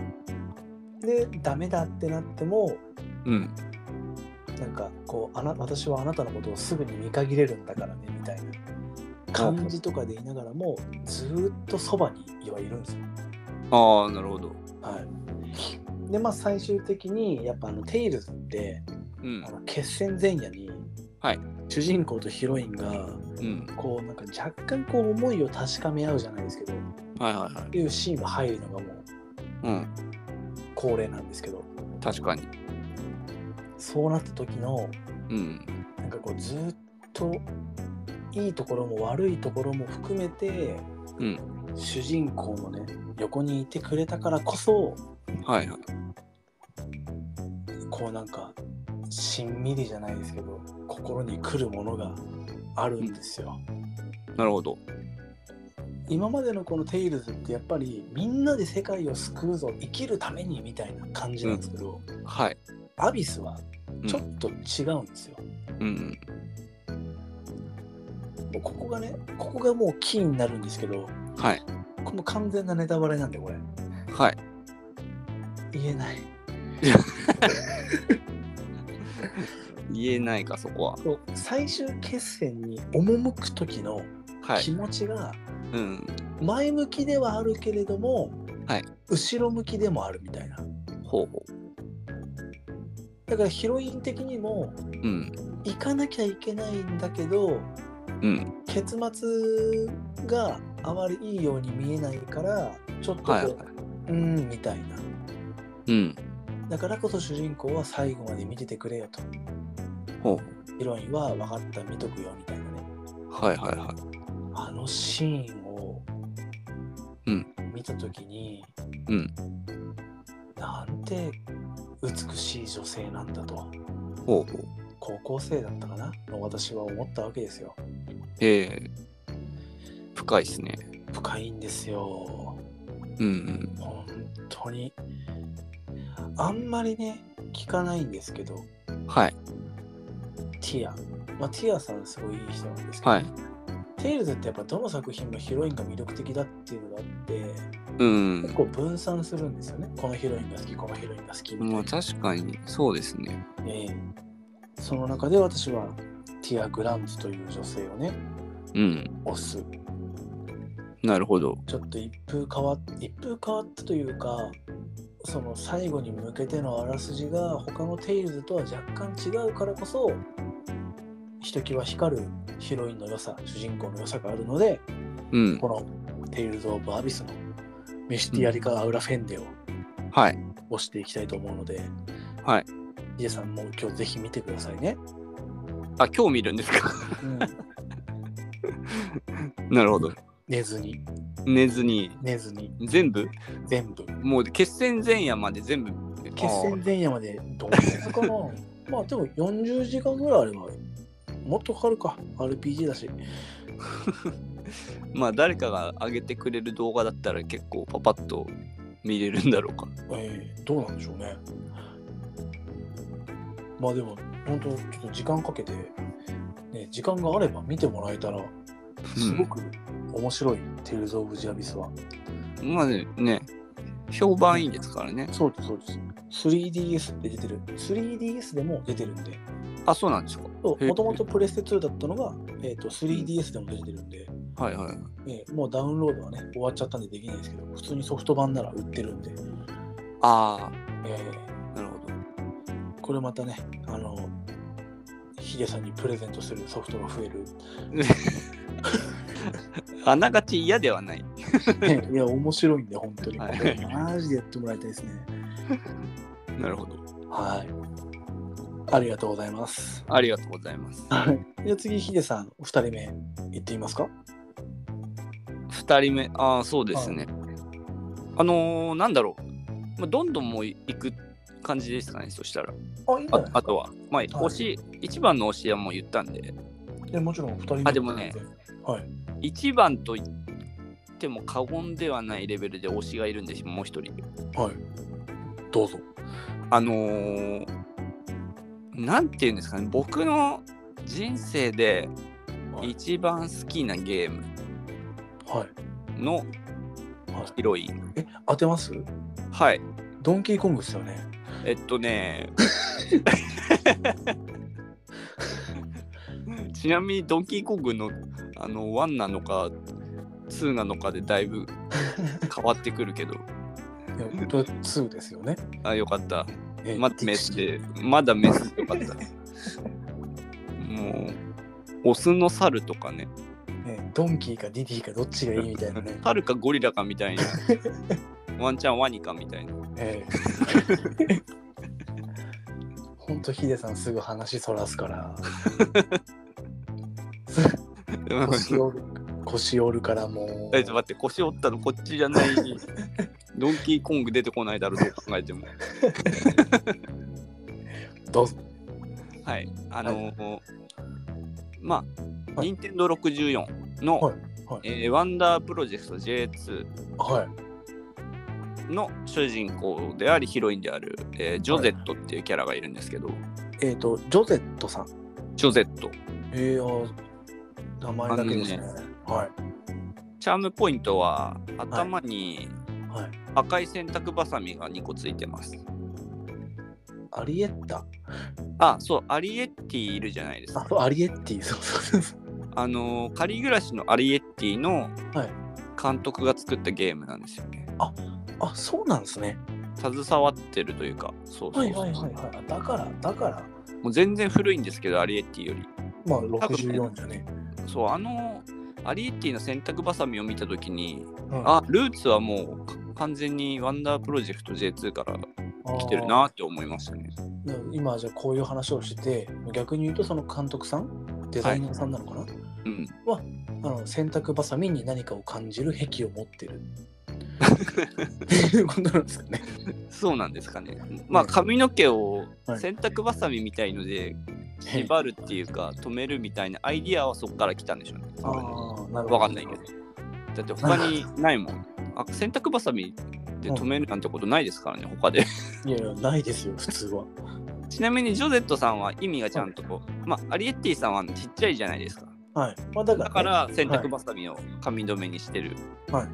でダメだってなっても
うん
なんかこうあな私はあなたのことをすぐに見限れるんだからねみたいな感じとかで言いながらもずーっとそばにはいるんですよ。
ああなるほど
はい、でまあ最終的にやっぱあのテイルズって
うん
あの決戦前夜に、
はい
主人公とヒロインが
うん
こうなんか若干こう思いを確かめ合うじゃないですけど
はいはいはい
いうシーンが入るのがもう
うん
恒例なんですけど
確かに
そうなった時の
うん
なんかこうずっといいところも悪いところも含めて、
うん
主人公のね横にいてくれたからこそ
はいはい
こうなんかしんみりじゃないですけど心に来るものがあるんですよ。
なるほど
今までのこの「テイルズ」ってやっぱりみんなで世界を救うぞ生きるためにみたいな感じなんですけど、
はい
アビスはちょっと違うんですよ。
うん
もうここがねここがもうキーになるんですけど
はい
これもう完全なネタバレなんでこれ
はい
言えない
言えないかそこは
そう最終決戦に赴く時の
はい
気持ちが
うん
前向きではあるけれども、
はい
後ろ向きでもあるみたいな
ほうほ
だからヒロイン的にも
ううん
行かなきゃいけないんだけど
うん
結末があまりいいように見えないからちょっとこう、
はいはい
ー
う
んみたいな
うん
だからこそ主人公は最後まで見ててくれよと
ほ
ヒロインは分かった見とくよみたいなね
うはいはいは
あのシーンを
うん
見た時に、
うん
なんて美しい女性なんだと
いほうほう
高校生だったかなの私は思ったわけですよ
ええ深いですね
深いんですよ
うん
本当にあんまりね聞かないんですけど
うんはい
ティア、まあ、ティアさんすごいいい人なんですけど、
はい
テイルズってやっぱどの作品もヒロインが魅力的だっていうのがあって
うん
結構分散するんですよね。このヒロインが好き、このヒロインが好きみたいな
まあ。確かにそうですね
ええその中で私はティア・グランツという女性をね、
うん
推す。
なるほど
ちょっと一風変わっ一風変わったというか、その最後に向けてのあらすじが他のテイルズとは若干違うからこそ、ひときわ光るヒロインの良さ、主人公の良さがあるので、
うん
このテイルズ・オブ・アビスのミシティアリカ・アウラ・フェンデを
はい
押していきたいと思うので、
はい。
ヒデさんも今日ぜひ見てください
(laughs)
ね。
あ今日見るんですか
うん、
(laughs) なるほど
寝ずに、
寝ずに
寝ずに、
全部
全部。
もう決戦前夜まで全部
決戦前夜までどんなやつかなまあでも40時間ぐらいあればもっとかかるか RPG だし
まあ誰かが上げてくれる動画だったら結構パパッと見れるんだろうか。
えーどうなんでしょうね。まあでも、本当ちょっと時間かけて、ね、時間があれば見てもらえたら、すごく面白い、テイルズ・オブ・ジアビスは。
まあね、ね評判いいですからね。
そうです、そうです。3DS で出てる。3DS でも出てるんで、
あ、そうなんですか。
も
へえ
ともとプレステ2だったのが、えー、と 3DS でも出てるんで、
はいはい。
えーもうダウンロードはね、終わっちゃったんでできないですけど、普通にソフト版なら売ってるんで、
あ
えー
あ、なるほど。
これまたね、あの、ヒデさんにプレゼントするソフトが増え
(laughs)
る。
あながち嫌ではない。
ねいや、面白いんで、本当に。
はい
これマジでやってもらいたいですね。
なるほど。
はい。ありがとうございます。
ありがとうございます。
はい。じゃあ次、ヒデさん、お二人目、行ってみますか
2人目、ああ、そうですね。あのー、なんだろう。まあ、どんどんもう行く感じですかね、そしたら。
あ、いいんじゃ
あ
ない
あとは、まあ、推し、一番の推しはもう言ったんで、
いやもちろん、お二人目。
あでもね。
はい。
一番と言っても過言ではないレベルで推しがいるんですよ、もう一人。
はい。どうぞ。
あのー、なんていうんですかね、僕の人生で
はい。
一番好きなゲーム
はい。
の
はい
ヒロイン。
え、当てます
はい。
ドンキーコングですよね。
えっとね。ちなみにドンキーコングのあの1なのか2なのかでだいぶ変わってくるけど。
いや、2ですよね。
あ、よかった。
え
まだメス。で、まだメスでよかった。もう、オスの猿とかね、。
ディキシーねドンキーかディディかどっちがいいみたいなね
(laughs) 猿かゴリラかみたいな、ワンチャンワニかみたいな。
ええ。ほんとヒデさんすぐ話そらす
(laughs)
から腰折る腰折るからもう
えちょっと待って、腰折ったのこっちじゃない。ドンキーコング出てこないだろうと考えても。
どうぞ
はい。あのーまあ、
はい
任天堂64の、
はいはい
えーワンダープロジェクト J2
はい
の主人公であり、ヒロインである、えージョゼットっていうキャラがいるんですけど、
えっ、とジョゼットさん
ジョゼット。
ええあ名前だけですねは
チャームポイントは頭に
いはい
赤い洗濯バサミが2個ついてます。
アリエッタ
あ、そう、アリエッティいるじゃないです
あ
か。
そうアリエッティそうそうそう
あのー、仮暮らしのアリエッティの
はい
監督が作ったゲームなんですよね。
あそうなんですね
携わってるというか、そうそうそう。
はいはいはいはいあだからだから
もう全然古いんですけど、アリエッティより。
まあ64じゃね
そう、あのー、アリエッティの洗濯バサミを見たときに、
うん
あ、ルーツはもうか完全にワンダープロジェクト J2 から来てるなって思いましたね。
で今じゃあこういう話をしてて逆に言うとその監督さんデザイナーさんなのかな、
うん。
あの洗濯ばさみに何かを感じる癖を持って
(laughs)
るっていうことなんですかね
そうなんですかね。まあ髪の毛を
はい
洗濯ばさみみたいので縛るっていうか止めるみたいなアイディアはそこから来たんでしょうね。
ああなるほど
わかんないけど。だって他にないもん。あ洗濯ばさみで止めるなんてことないですからね、他で。
いやいやないですよ普通は
ちなみにジョゼットさんは意味がちゃんとこう、まあアリエッティさんはちっちゃいじゃないですか。
はい、まあ、だから
だから洗濯ばさみを髪留めにしてる。
はい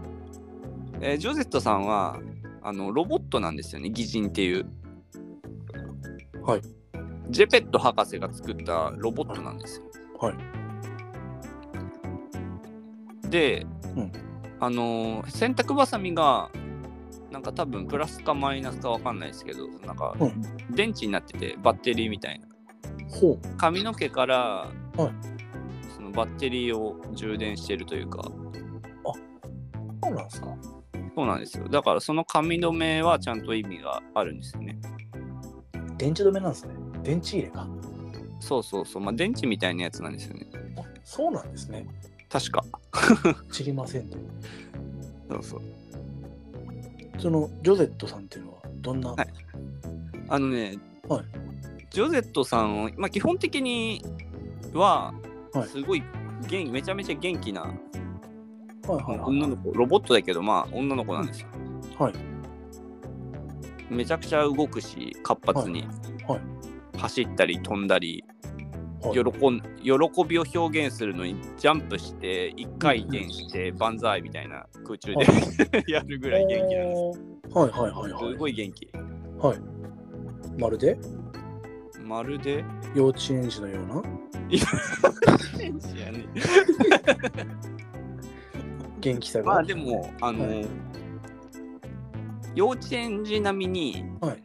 えージョゼットさんはあのロボットなんですよね、擬人っていう。
はい。
ジェペット博士が作ったロボットなんですよ。
はい
で、
うん
あのー洗濯ばさみがなんか多分プラスかマイナスかわかんないですけど、なんか
うん
電池になっててバッテリーみたいな。
ほ
髪の毛から、
はい
そのバッテリーを充電してるというか
うそうなんですか
そうなんですよだからその髪留めはちゃんと意味があるんですよね
電池止めなんですね電池入れか
そうそうそうまあ電池みたいなやつなんですよね
あそうなんですね
確か
知りませんね
そうそう
そのジョゼットさんっていうのはどんな
はいあのね、
はい
ジョゼットさんを、まあ、基本的には
はい
すごい元、めちゃめちゃ元気な
はいはいはい
女の子ロボットだけどまあ女の子なんですよ、
はい
めちゃくちゃ動くし活発に、
はいは
走ったり飛んだり、
はい
喜ん喜びを表現するのにジャンプして1回転して万歳みたいな空中で、
は
(laughs) やるぐらい元気なんです
はいはいはいは
す
い
ごい元気
まるで
まるで
幼稚園児のような元気さが
(laughs) まあでもあの、
はい
幼稚園児並みに
はい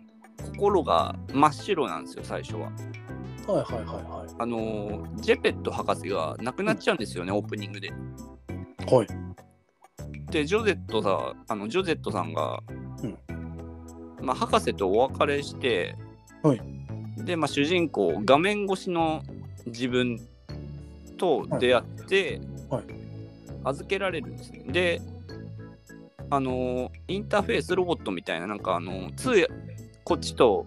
心が真っ白なんですよ最初は
はいはいは
あのジェペット博士が亡くなっちゃうんですよね、オープニングで
いはいはい
でジョゼットさあのジョゼットさんが、
うん
まあ、博士とお別れして、
はい
で、まあ、主人公画面越しの自分と出会って、
はい
預けられるんですねであのーインターフェースロボットみたいななんかあの通訳こっちと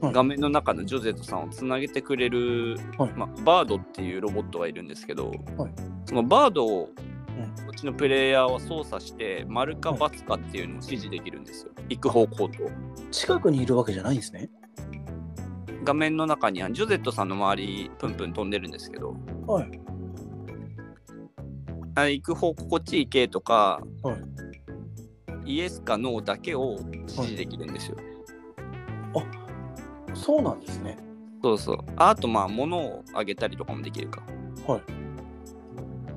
はい
画面の中のジョゼットさんをつなげてくれる、
はい
まあ、バードっていうロボットがいるんですけど、
はい
そのバードを
ん
こっちのプレイヤーは操作して、丸か×かっていうのを指示できるんですよ。行く方向と。
近くにいるわけじゃないんですね
画面の中にはジョゼットさんの周り、プンプン飛んでるんですけど、
はい
あ行く方向、こっち行けとか、
は
イエスかノーだけを指示できるんですよ。
そうなんですね
そうそう。ああと、まあ、物をあげたりとかもできるか。
はい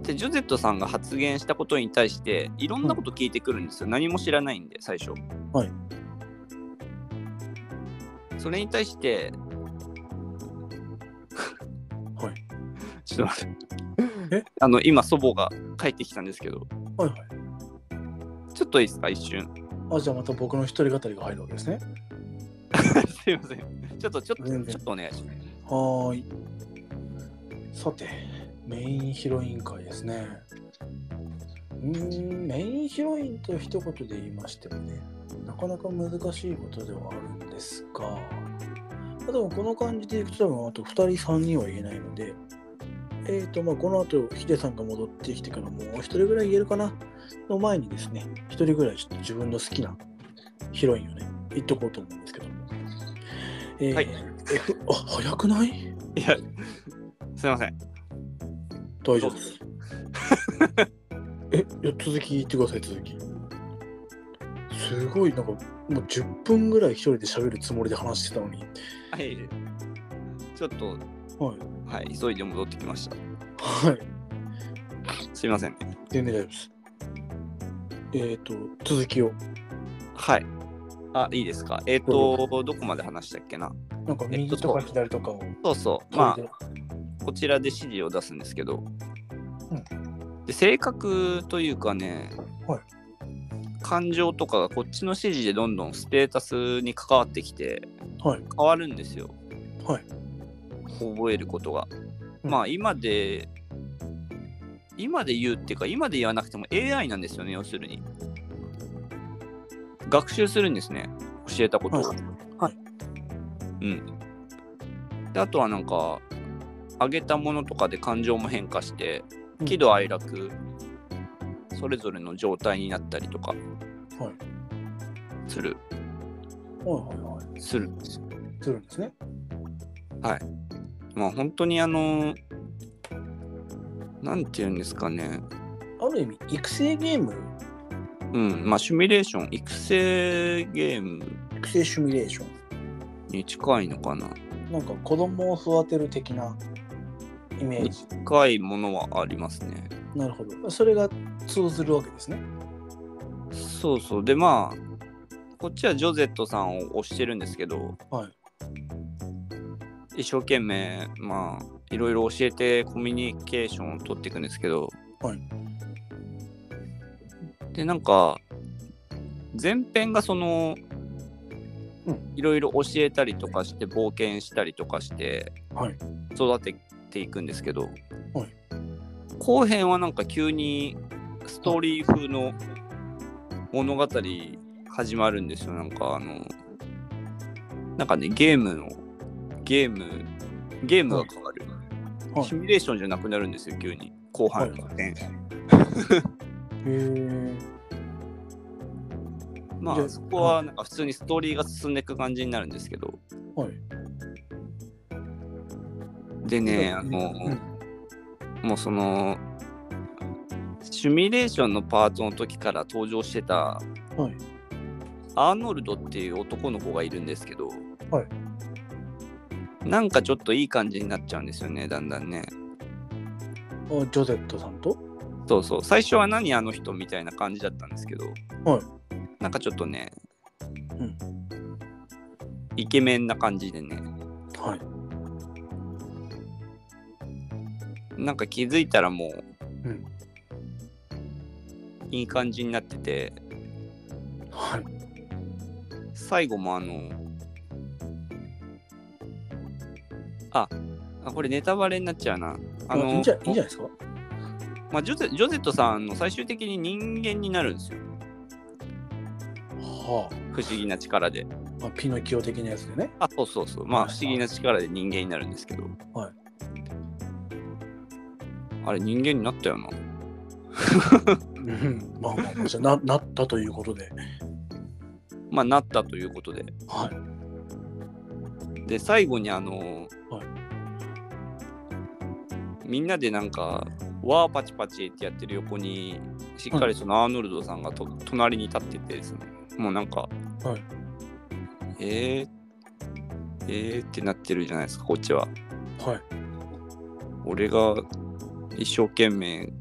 で、ジョゼットさんが発言したことに対して、いろんなこと聞いてくるんですよ。何も知らないんで、最初。
はい。
それに対して、
はい。
ちょっと待って。
え
あの、今、祖母が帰ってきたんですけど、
はいはい
ちょっといいですか、一瞬。 (laughs)
あじゃあまた僕の一人語りが入るわけですね
すいません。ちょっと、ちょっ
全然
と、ちょっとお願いします。
はーいさてメインヒロイン会ですねうーんメインヒロインと一言で言いましてもねなかなか難しいことではあるんですがまあでもこの感じでいくと多分あと2人3人は言えないのでえーとまあ、この後ヒデさんが戻ってきてからもう1人ぐらい言えるかなの前にですね1人ぐらいちょっと自分の好きなヒロインをね言っとこうと思うんですけども、えー
はい
えふあ早くない
いや、すいません。
大丈夫です。え、いや続き言ってください、続き。すごい、なんか、もう10分ぐらい一人で喋るつもりで話してたのに。
はい。ちょっと、
はい。
はい、急いで戻ってきました。
はい。
すいません。
全然大丈夫です。えっ、ー、と、続きを。
はい。あ、いいですか。えっ、と、どこまで話したっけな。
なんか、右とか左とかを。
そうそう。まあ、こちらで指示を出すんですけど。で性格というかね、
はい
感情とかがこっちの指示でどんどんステータスに関わってきて、
はい
変わるんですよ。
はい
覚えることが。
うん
まあ、今で、今で言うっていうか、今で言わなくても AI なんですよね、要するに。学習するんですね、教えたことを。
はいはい
うん。で、あとはなんか、あげたものとかで感情も変化して、
うん
喜怒哀楽、それぞれの状態になったりとか
はい
する、
はいはいはい。
するんですよ
するんですね。
まあ本当にあのなんて言うんですかね
ある意味、育成ゲーム、
うんまあシミュレーション育成ゲーム
育成シミュレーショ
に近いのかな
ン。なんか、子供を育てる的なイメージ。
近いものはありますね
なるほど。それが通ずるわけですね。
そうそうでまあこっちはジョゼットさんを推してるんですけど
はい。
一生懸命まあいろいろ教えてコミュニケーションを取っていくんですけど、
はい
でなんか前編がその
うん
いろいろ教えたりとかして冒険したりとかして
はい
育てていくんですけど、後編はなんか急にストーリー風の物語始まるんですよなんかあのなんかね、ゲームを、ゲーム、ゲームが変わる。
はい
シミュレーションじゃなくなるんですよ、急に。後半
はい
ね
へえ。
ま
じゃ
あ、
あ
そこはなんか普通にストーリーが進んでいく感じになるんですけど。
はい。
でね、あの、もうその、シミュレーションのパートの時から登場してた、
うんはい。
アーノルドっていう男の子がいるんですけど、
は
なんかちょっといい感じになっちゃうんですよね、だんだんね。
あジョゼットさんと
そうそう、最初は何あの人みたいな感じだったんですけど、
はい
なんかちょっとね、
ん
イケメンな感じでね、
はい。
なんか気づいたらもう、
うん
いい感じになってて、
はい。
最後もあの、あ、あこれネタバレになっちゃうな。あ
あ
の、
いいんじゃいいんじゃないですか
まあ、ジョゼジョゼットさんあの最終的に人間になるんですよ。
は
不思議な力で。
あ、まあ。ピノキオ的なやつでね。
あ、そうそうそう。まあ、不思議な力で人間になるんですけど。
はい。
あれ、人間になったよな。
うん。まあまあ、まあじゃあな (laughs) なったということで。
まあ、なったということで。
はい。
で、最後にあの
はい
みんなでなんか、わーパチパチってやってる横に、しっかりそのアーノルドさんがと、隣に立っててですね、もうなんか、
はい
えー、えーってなってるじゃないですか、こっちは。
はい。
俺が一生懸命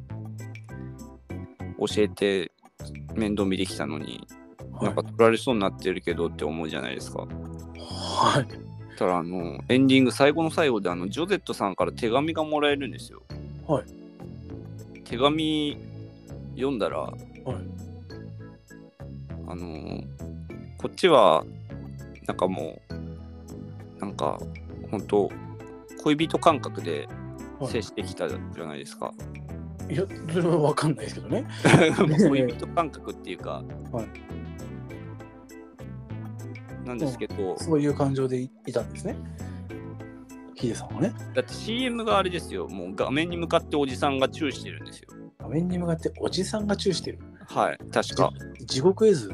教えて面倒見てきたのに、
は
なんか取られそうになってるけどって思うじゃないですか。
い。はい。
たらあのエンディング最後の最後であのジョゼットさんから手紙がもらえるんですよ。
はい
手紙読んだら、あのこっちはなんかもうなんか本当恋人感覚で
はい
接してきたじゃないですか。
いや、それはわかんないですけどね。
(laughs) もう恋人感覚っていうか、
はい
なんですけど、
そういう感情でいいたんですね。ヒデさんはね、
だって CM があれですよ、もう画面に向かっておじさんがチューしてるんですよ。
画面に向かっておじさんがチューしてる。
はい、確か。 (laughs)
地獄絵図。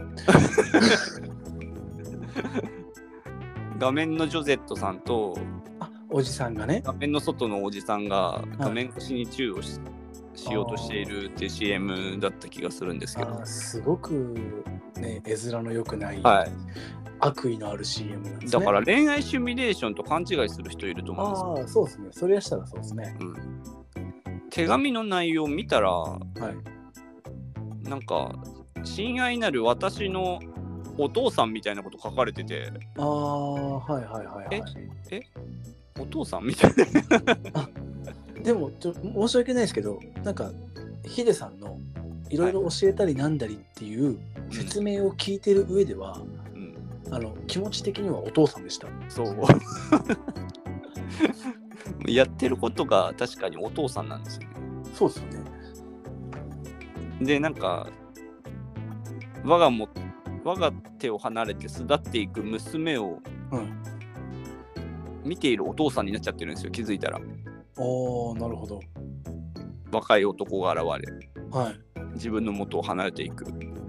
画面のジョゼットさんと、
あ、おじさんがね。
画面の外のおじさんが画面越しにチューをし,、ようとしているっていう CM だった気がするんですけ
あ
ど。
ーすごく、ね、絵面の良くない、
は
悪意のある CM なんですね。
だから恋愛シミュレーションと勘違いする人いると思うんですよ
ああ、そうですね。それやしたらそうですね。
手紙の内容見たら、
い
なんか親愛なる私のお父さんみたいなこと書かれてて
ああ、はいはいはいはい。
お父さんみたいな
でもちょ、申し訳ないですけど、なんか、ヒデさんのいろいろ教えたりなんだりっていう説明を聞いてる上では、
うん、
あの気持ち的にはお父さんでした。
そう (laughs) やってることが確かにお父さんなんですよね
そうですよね。
でなんか我がも我が手を離れて巣立っていく娘を
うん。
見ているお父さんになっちゃってるんですよ気づいたら
おー、なるほど。
若い男が現れ
はい。
自分の元を離れていく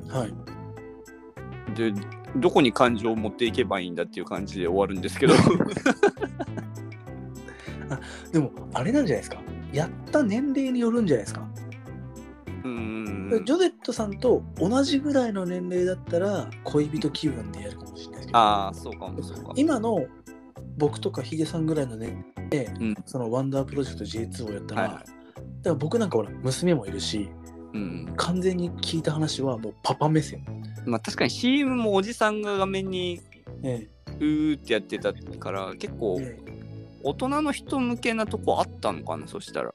はい。
でどこに感情を持っていけばいいんだっていう感じで終わるんで
(laughs)
すけど
でも、あれなんじゃないですか。やった年齢によるんじゃないですか。
うーん
ジョゼットさんと同じぐらいの年齢だったら、恋人気分でやるかもしれないですけど、
ああそうかもそうかも
今の僕とかヒデさんぐらいのね、
うん
そのワンダープロジェクト J2 をやったら、
はいはい
だから僕なんかほら、娘もいるし、
うん
完全に聞いた話はもうパパ目線。
まあ確かに CM もおじさんが画面に
え
うーってやってたから結構
え
大人の人向けなとこあったのかなそしたら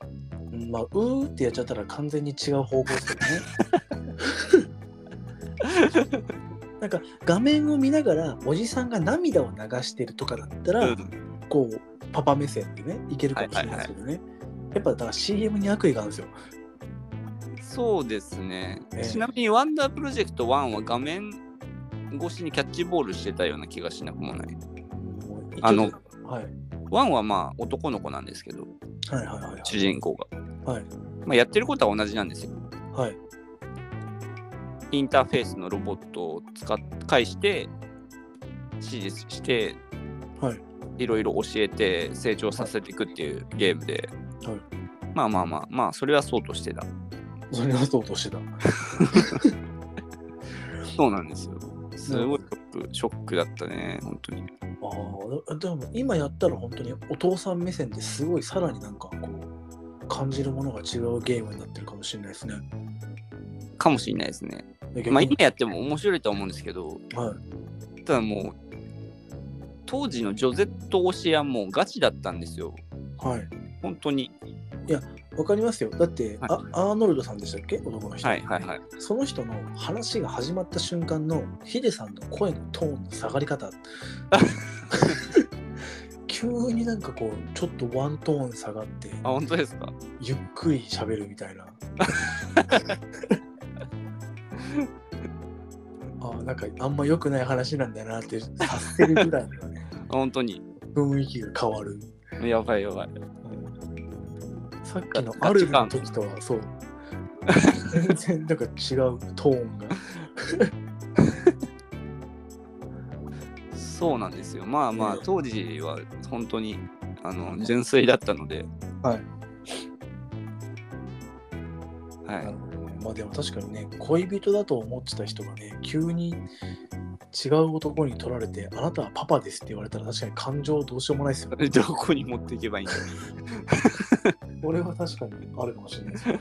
まあ、うーってやっちゃったら完全に違う方向ですけどね。
(laughs)
なんか画面を見ながらおじさんが涙を流してるとかだったら、
うん
こうパパ目線でねいけるかもしれないですけどね、やっぱだから CM に悪意があるんですよ
そうですね、
ええ
ちなみにワンダープロジェクト1は画面越しにキャッチボールしてたような気がしなくもないあの、
はい、
ワンはまあ男の子なんですけど、
はいはいはい
主人公が。
はい
まあ、やってることは同じなんですよ。
はい
インターフェースのロボットを使っ介して、指示して、
はい
いろいろ教えて成長させていくっていうゲームで、
はい
まあまあまあまあそれはそうとしてた
それはそうとしてた
そうなんですよすごいショックショックだったね本当に
ああ、ででも今やったら本当にお父さん目線ですごいさらになんかこう感じるものが違うゲームになってるかもしれないですね。
かもしれないですね
で
ま
逆
あ今
に
やっても面白いとは思うんですけど
はい、
ただもう当時のジョゼット推しはもうガチだったんですよ
はい、
本当に
わかりますよ。だって、
はい
あアーノルドさんでしたっけ男の人、
はいはいはい
その人の話が始まった瞬間のヒデさんの声のトーンの下がり (laughs) 方。急になんかこうちょっとワントーン下がって
あ本当ですか
ゆっくり喋るみたい (laughs) な。あなんかあんま良くない話なんだなって察せるぐらいのね (laughs)
あ本当に
雰囲気が変わる。
やばいやばい
さっきのあるの時とは (laughs) そう。全然なんか違うトーンが。
そうなんですよ。まあまあ
う、ん
当時は本当にあの純粋だったので。
はい。
は
ないる。ほどねまあでも確かにね、恋人だと思ってた人がね、急に違う男に取られて、あなたはパパですって言われたら確かに感情どうしようもないですよね。
(laughs) どこに持っていけばいいんだろ
俺は確かにあるかもしれないですけど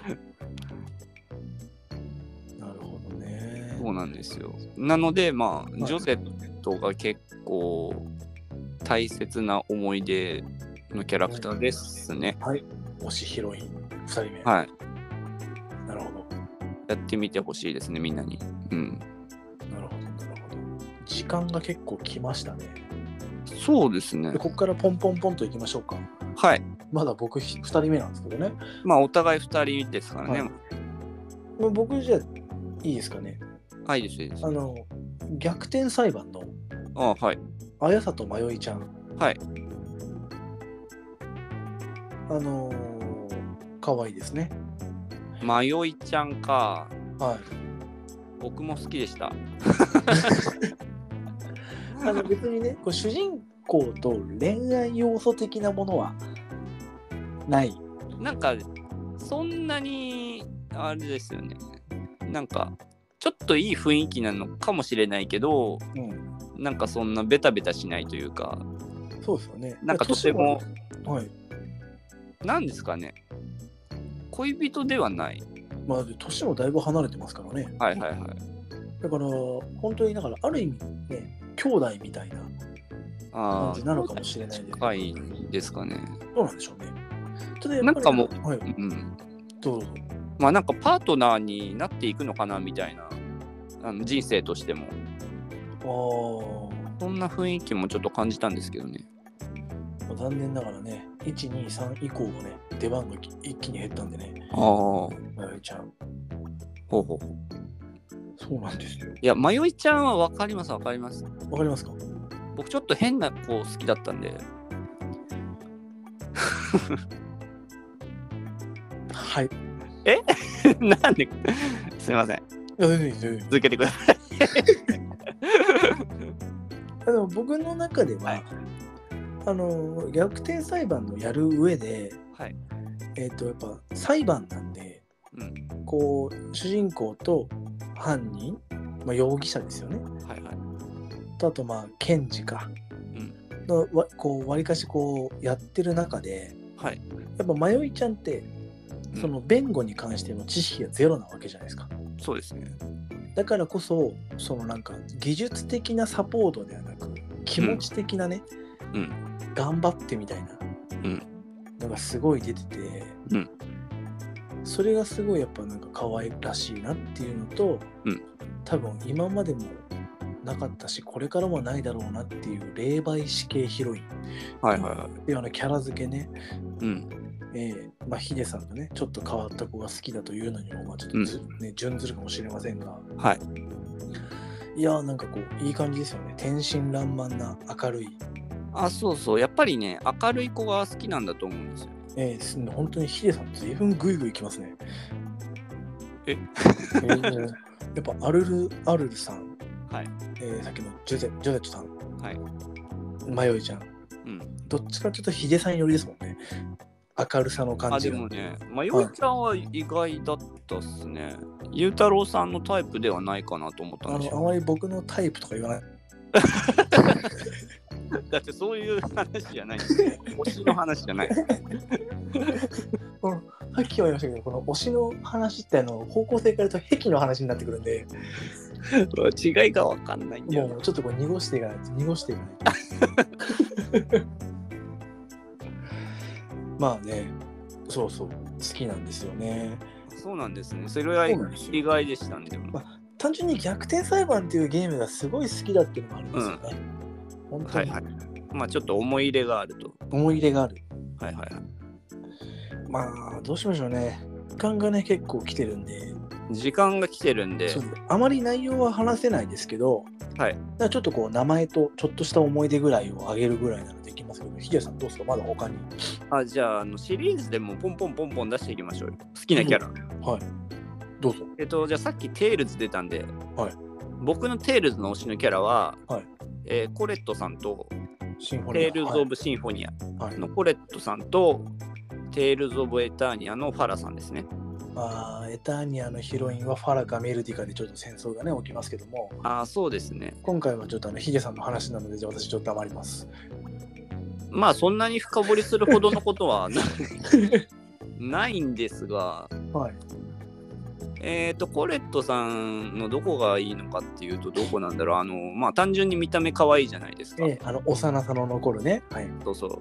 (laughs) なるほどね
う。そうなんですよ。なので、ま
い
あ、ジョゼットが結構大切な思い出のキャラクターですね。
はい。推しヒロイン2人目。
はい。
なるほど。
やってみてほしいですね、みんなに。うん。
なるほど。なるほど。時間が結構来ましたね。
そうですね
で。ここからポンポンポンといきましょうか。
はい。
まだ僕ひ2人目なんですけどね。
まあ、お互い2人ですからね。
は
はい
もう僕じゃあいいですかね。
い、い、です、いいです。
あの、逆転裁判の
あはい。
綾里まよいちゃん。
はい。
あのー、可愛いですね。
迷いちゃんか。
はい。
(laughs) 僕も好き
(laughs)
でした。
あの別にね、こう主人公と恋愛要素的なものはない。
なんかそんなにあれですよねなんかちょっといい雰囲気なのかもしれないけど
うん、
なんかそんなベタベタしないというか
そうですよね。
なんかとても
はい。
なんですかね恋人ではない
まあ、年もだいぶ離れてますからね。
はいはいはい
だから、本当に、だから、ある意味、ね、兄弟みたいな
あ
感じ
ー
なのかもしれないです、
近いですかね
どうなんでしょうね。ただやっぱり
なんかも、
はいう
ん
どうぞ。
まあなんかパートナーになっていくのかなみたいなあの人生としても
あ
そんな雰囲気もちょっと感じたんですけどね
あ、残念ながらね、1、2、3以降はね、出番が一気に減ったんでね、
ああほう
まゆちゃん。
ほうほう
そうなんですよ。
いや迷いちゃんは分かります分かります
わかりますか
僕ちょっと変な子好きだったんで
はい。い
(laughs) なんで (laughs) すいません
や、全然いいです全然いいです
続けてください
あの僕の中では、
はい
あの逆転裁判のやる上で、
はい
えっとやっぱ裁判なんで、
うん
こう主人公と犯人、まあ、容疑者ですよね
はいはい
とあとまあ検事か、
ん
のわこう割かしこうやってる中で
はい
やっぱ迷いちゃんって
うん
その弁護に関しての知識がゼロなわけじゃないですか。
そうですね
だからこそそのなんか技術的なサポートではなく気持ち的なね、
うん
頑張ってみたいな
うん
のがすごい出てて、
うん
それがすごいやっぱなんか可愛らしいなっていうのと、
うん
多分今までもなかったしこれからもないだろうなっていう霊媒師系ヒロイン
はいはい
い
は
うようなキャラ付けね、
いうん
えーまあ、ヒデさんがねちょっと変わった子が好きだというのにもまあちょっとず、ね、準ずるかもしれませんが
はい
いやーなんかこういい感じですよね天真爛漫な明るい
あ、そうそう。やっぱりね、明るい子が好きなんだと思うんですよ。
えーす本当にヒデさん、ずいぶんグイグイきますね。え
え
ーやっぱアルル・アルルさん、
はい。
えーさっきのジョゼジョゼットさん、
はい。
迷いちゃん、
うん。
どっちかというとヒデさん寄りですもんね。明るさの感
あ、
じ
で
が。
もね、まあ、よいちゃんは意外だったっすね。ゆうたろうさんのタイプではないかなと思った
あ
んです
のあ
よ。
まり僕のタイプとか言わない。
だってそういう話じゃない。
(laughs)
推しの話じゃない。
さっきは言いましたけど、この推しの話ってあの方向性から言うと癖の話になってくるんで、
違いがわかんないんだよな
もうちょっとこう濁していかないと、濁していかない
(laughs)
と。まあね、そうそう、好きなんですよね。
そうなんですね。それは
そうなんですよ
意外でしたね。でも
ま単純に逆転裁判っていうゲームがすごい好きだっていうのもあるんですよね。本当に
はいまあちょっと思い入れがあると。
思い入れがある。
はいはいは
まあ、どうしましょうね。時間がね、結構来てるんで、
い。時間が来てるんで
そ、うあまり内容は話せないですけど、
はい
だからちょっとこう名前とちょっとした思い出ぐらいをあげるぐらいならできますけど、ヒデさんどうですかまだ他に。
あじゃああのシリーズでもポンポンポンポン出していきましょうよ。好きなキャラ。
はい。どうぞ。
えっと、じゃあさっきテイルズ出たんで、
はい
僕のテイルズの推しのキャラは、
はい
えーコレットさんと
シンフォニア。
テイルズ・オブ・シンフォニア
はいはい
のコレットさんと、テイルズ・オブ・エターニアのファラさんですね。
まあ、エターニアのヒロインはファラかメルディかでちょっと戦争がね、起きますけども、
あそうですね。
今回はちょっとあのヒデさんの話なので、じゃあ私ちょっと黙ります。
まあそんなに深掘りするほどのことはない
(laughs)
ないんですが、
はい。
えー、とコレットさんのどこがいいのかっていうとどこなんだろうあのまあ単純に見た目可愛いじゃないですか、
ええあの、幼さの残るね。はい。
そうそう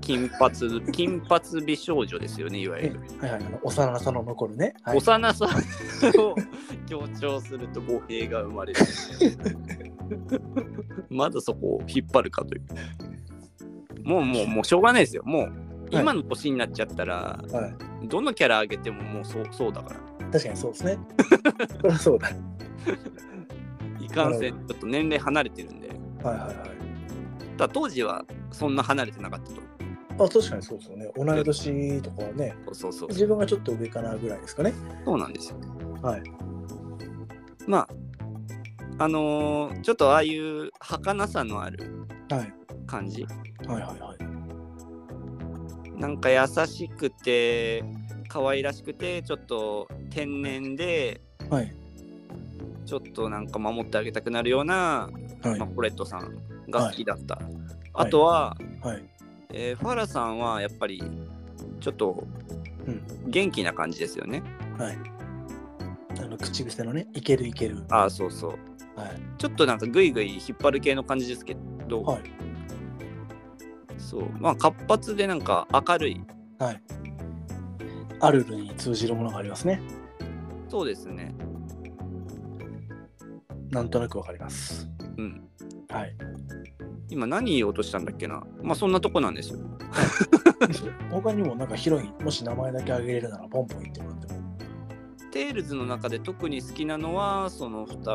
金髪金髪美少女ですよねいわゆ
え
る、
えはいはい。あの幼さの残るね。はい。
幼さを強調すると語弊が生まれ
(laughs)
るまだそこを引っ張るかというもうもうもうしょうがないですよもう今の年になっちゃったら、
はい
どのキャラ上げてももうそうそうだから
確かにそうですね。そりゃそうだ。
いかんせん
な
ちょっと年齢離れてるんで
はいはいはい。
ただ当時はそんな離れてなかったと
あ確かにそうですよね。同い年とかはね、
そうそうそう。
自分がちょっと上かなぐらいですかね。
そうなんですよ。
はい。
まあ、あのーちょっとああいう儚さのある
はい。
感じ。
はいはいはい。
なんか優しくて、可愛らしくて、ちょっと天然で、
はい。
ちょっとなんか守ってあげたくなるような、
はい
まあ、。コレットさんが好きだった。あとは、
はい。
えーファラさんはやっぱり、ちょっと
うん。
元気な感じですよね。
はい。あの、口癖のね、いけるいける。
ああ、そうそう。
はい。
ちょっとなんかグイグイ引っ張る系の感じですけど、
はい。
そうまあ活発でなんか明るい
はい。あるるに通じるものがありますね。
そうですね
なんとなくわかります。
うん
はい。 (laughs)
今何言おうとしたんだっけなまあそんなとこなんですよ
他にもなんかヒロイン、もし名前だけあげれるならポンポン言ってもらっても。
テールズの中で特に好きなのはその2人、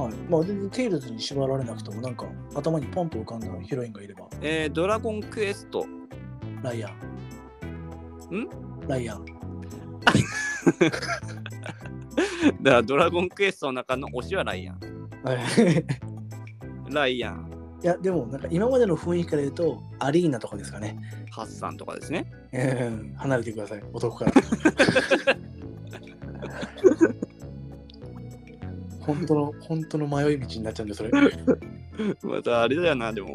はい。まあ、全然テイルズに縛られなくても、なんか頭にポンと浮かんだヒロインがいれば、
えードラゴンクエスト (laughs)
ライアン。ライアン。
だからドラゴンクエストの中の推しはライアン
はい。
ライアン
(laughs) いやでもなんか今までの雰囲気から言うとアリーナとかですかね。
ハッサンとかですね (laughs)
うん離れてください男から。本当の本当の迷い道になっちゃうんでそれ。は
またあれだよなでも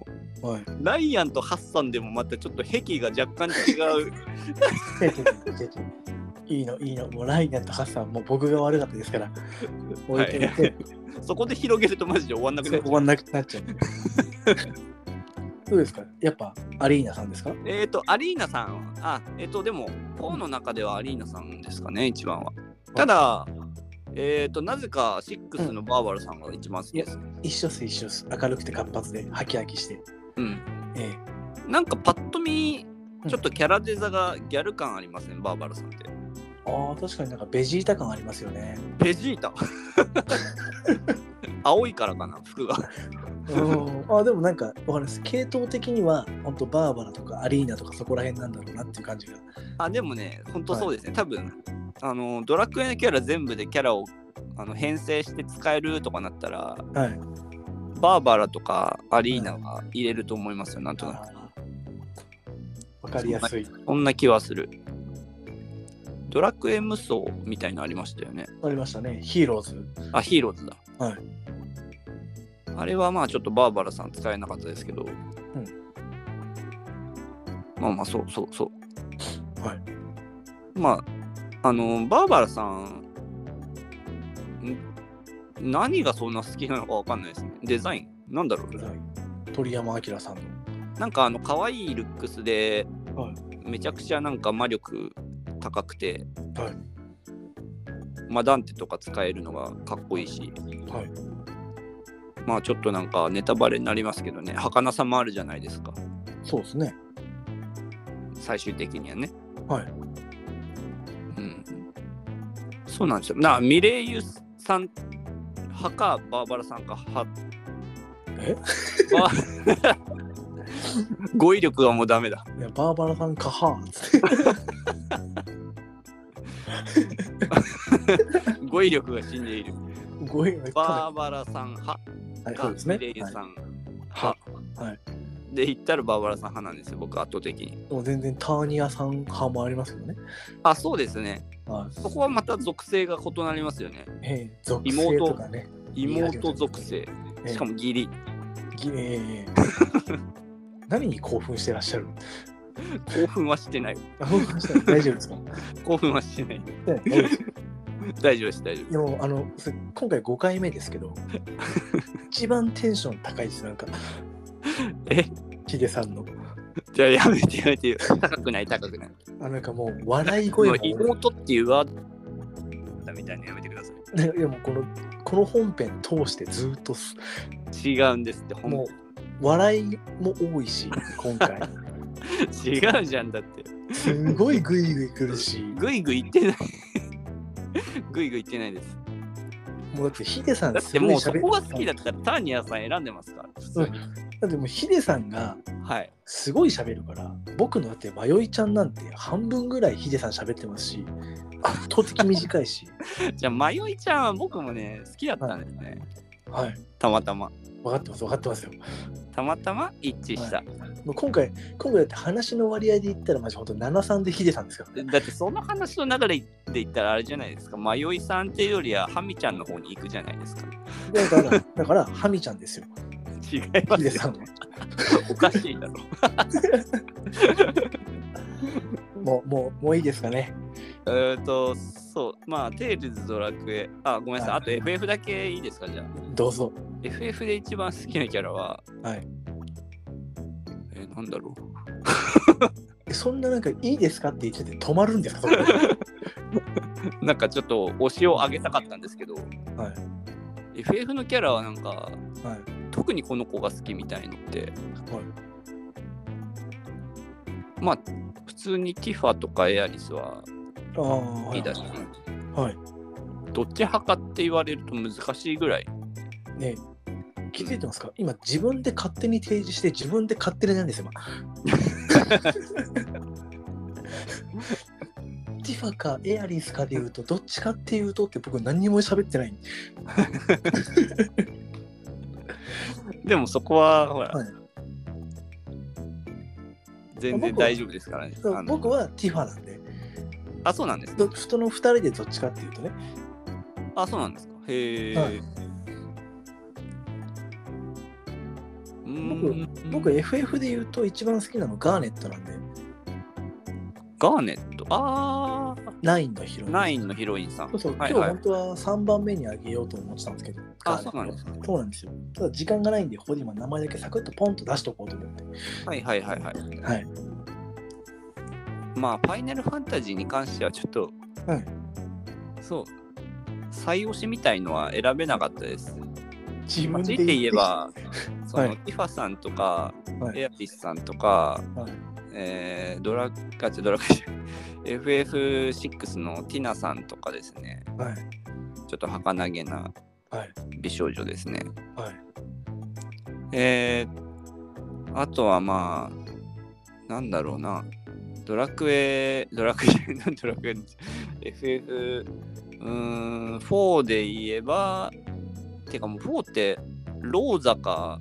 い。
ライアンとハッサンでもまたちょっと癖が若干違う (laughs)
違う違う違う違ういいのいいのもうライナとハッサンもう僕が悪かったですから。置いておいて、
そこで広げるとマジで終わんなく
そ
な
れ
っち
終
ゃう
わんなくなっちゃう。どうですかやっぱアリーナさんですか
えっ、と、アリーナさんは、あ、えっ、と、でも、フォーの中ではアリーナさんですかね、一番は。ただ、えっ、と、なぜか、シックスのバーバラさんが一番好きです。
一緒っす一緒っす明るくて活発でハキハキして。
うん。
ええ
なんか、パッと見
う、ん
ちょっとキャラデザがギャル感ありますね、バーバラさんって。
ああ確かになんかベジータ感あり
(laughs)
ますよね。
ベジータ。青いからかな、服が。
うんあでもなんかわかります系統的には本当バーバラとかアリーナとかそこら辺なんだろうなっていう感じが
あでもね、本当そうですね、多分あのドラクエのキャラ全部でキャラをあの編成して使えるとかなったら、
はい
バーバラとかアリーナが入れると思いますよ、なんとなく。
わかりやすい
そんな気はする。ドラクエ無双みたいのありましたよね。
ありましたねヒーローズ
あ、ヒーローズだ。
はい
あれはまあちょっとバーバラさん使えなかったですけど。まあまあそうそうそう。
はい。
まあ、あの、バーバラさん、ん何がそんな好きなのかわかんないですね。デザイン。なんだろう。
鳥山明さんの
なんかあの可愛いルックスで、
はい
めちゃくちゃなんか魔力高くて、
はい
マダンテとか使えるのがかっこいいし
はい
まあちょっとなんかネタバレになりますけどね儚さもあるじゃないですか
そうですね
最終的にはね
はい
うんそうなんですよなミレイユさん派かバーバラさんか派
え
バー (laughs) 語彙力はもうダメだ
いやバーバラさんかはーっ (laughs) つって
語彙力が死んでいる
ご縁がただ
バーバラさん派
はいそ
か
うですね
ミレイユさん
は
派
はい
で言ったらバーバラさん派なんですよ僕圧倒的に
でも全然ターニアさん派もありますけどね
あそうですね
は
そこはまた属性が異なりますよね
いええ属性とかね
妹属性
ええ
しかも義理
ぎええ (laughs) 何に興奮してらっしゃる (laughs)
興奮はしてない
あ興奮してない大丈夫ですか (laughs)
興奮はしてない
大丈夫です
大丈夫です大丈夫
でもあのす今回5回目です
(laughs)
けど一番テンション高いですなんか
え
ヒデさんの
じゃあやめてやめてよ高くない高くない
あなんかもう笑い
こ
声
の
も
妹っていうワードだみたいなのやめてくださ
ねでもこのこの本編通してずっとす
い違うんですってほん
もう笑いも多いし今
(laughs)
回
違うじゃんだって
すごいグイグイ来るし
グイグイ言ってないグイグイ言ってないです
もうだってヒデさん
だっ
す
て
ごい
もうそこが好き
だ
だったらターニアさん選んでますから普通に
だってもうヒデさんが
はい
すごい喋るから僕のだって迷いちゃんなんて半分ぐらいヒデさん喋ってますし圧倒的短い
(laughs)
し
じゃあ、迷いちゃんは僕もね、好きだったんですね。
はい
たまたま。
分かってます分かってますよ
たまたま一致した。
もう今回、今回だって話の割合で言ったら、マジほんと7、3でヒデさんですからね。
だって、その話の流れで言ったらあれじゃないですか。迷いさんっていうよりは、ハミちゃんの方に行くじゃないですか。
だから、だから、ハミちゃん
(laughs)
ですよ、
違いま
ヒ
す
デ
よ。
さんは。
おかしいだろ。
もう、もう、もういいですかね。
えっと、そう。まあ、テイルズ、ドラクエ。あ、ごめんなさい。
はい
あと FF だけいいですか、じゃあ。
どうぞ。
FF で一番好きなキャラは、
はい。
えーなんだろう。
えそんななんか、いいですかって言ってて止まるんですかそ
(laughs)
こで
なんかちょっと推しを上げたかったんですけど、
はい。
FF のキャラはなんか、
はい。
特にこの子が好きみたいのって、
はい
まあ普通にティファとかエアリスは
ああ、はいい。
いだし、
はい。
どっち派かって言われると難しいぐらい
ねえ気づいてますか今、自分で勝手に提示して、自分で勝手になんですよ、
(laughs)
今。ティファかエアリスかで言うと、どっちかっていうとって、僕何にも喋ってない。
でもそこはほら、
はい
全然大丈夫ですからねあの
僕はティファなんで。
あそうなんです
ど人の2人でどっちかっていうとね、
あそうなんですかへえ、
はい
うーん
僕 FF で言うと一番好きなのガーネットなんで、
ガーネットああ
ナインのヒロイン。
ナインのヒロインさん
そうそう、
はい
今日
はい
本当は3番目にあげようと思ってたんですけど、。
あそうなんですすか
そうなんですよ。ただ時間がないんで、ここで今名前だけサクッとポンと出しとこうと思って。
はいはいはいはい
はい。
まあ、ファイナルファンタジーに関してはちょっと、
はい
そう、最推しみたいのは選べなかったです。
自
まあ
分
強
で
いて言えば、その、
はい
ティファさんとか、
はい
エアピスさんとか、
はい
えードラガチドラガチ FF6 のティナさんとかですね、
はい。
ちょっと儚げな
はい。
美少女ですね。
はい。
えー、あとはまあ、なんだろうな、ドラクエ、ドラクエ、 (laughs) なんドラクエ、FF、うーん、4で言えば、てかもう4って、ローザか、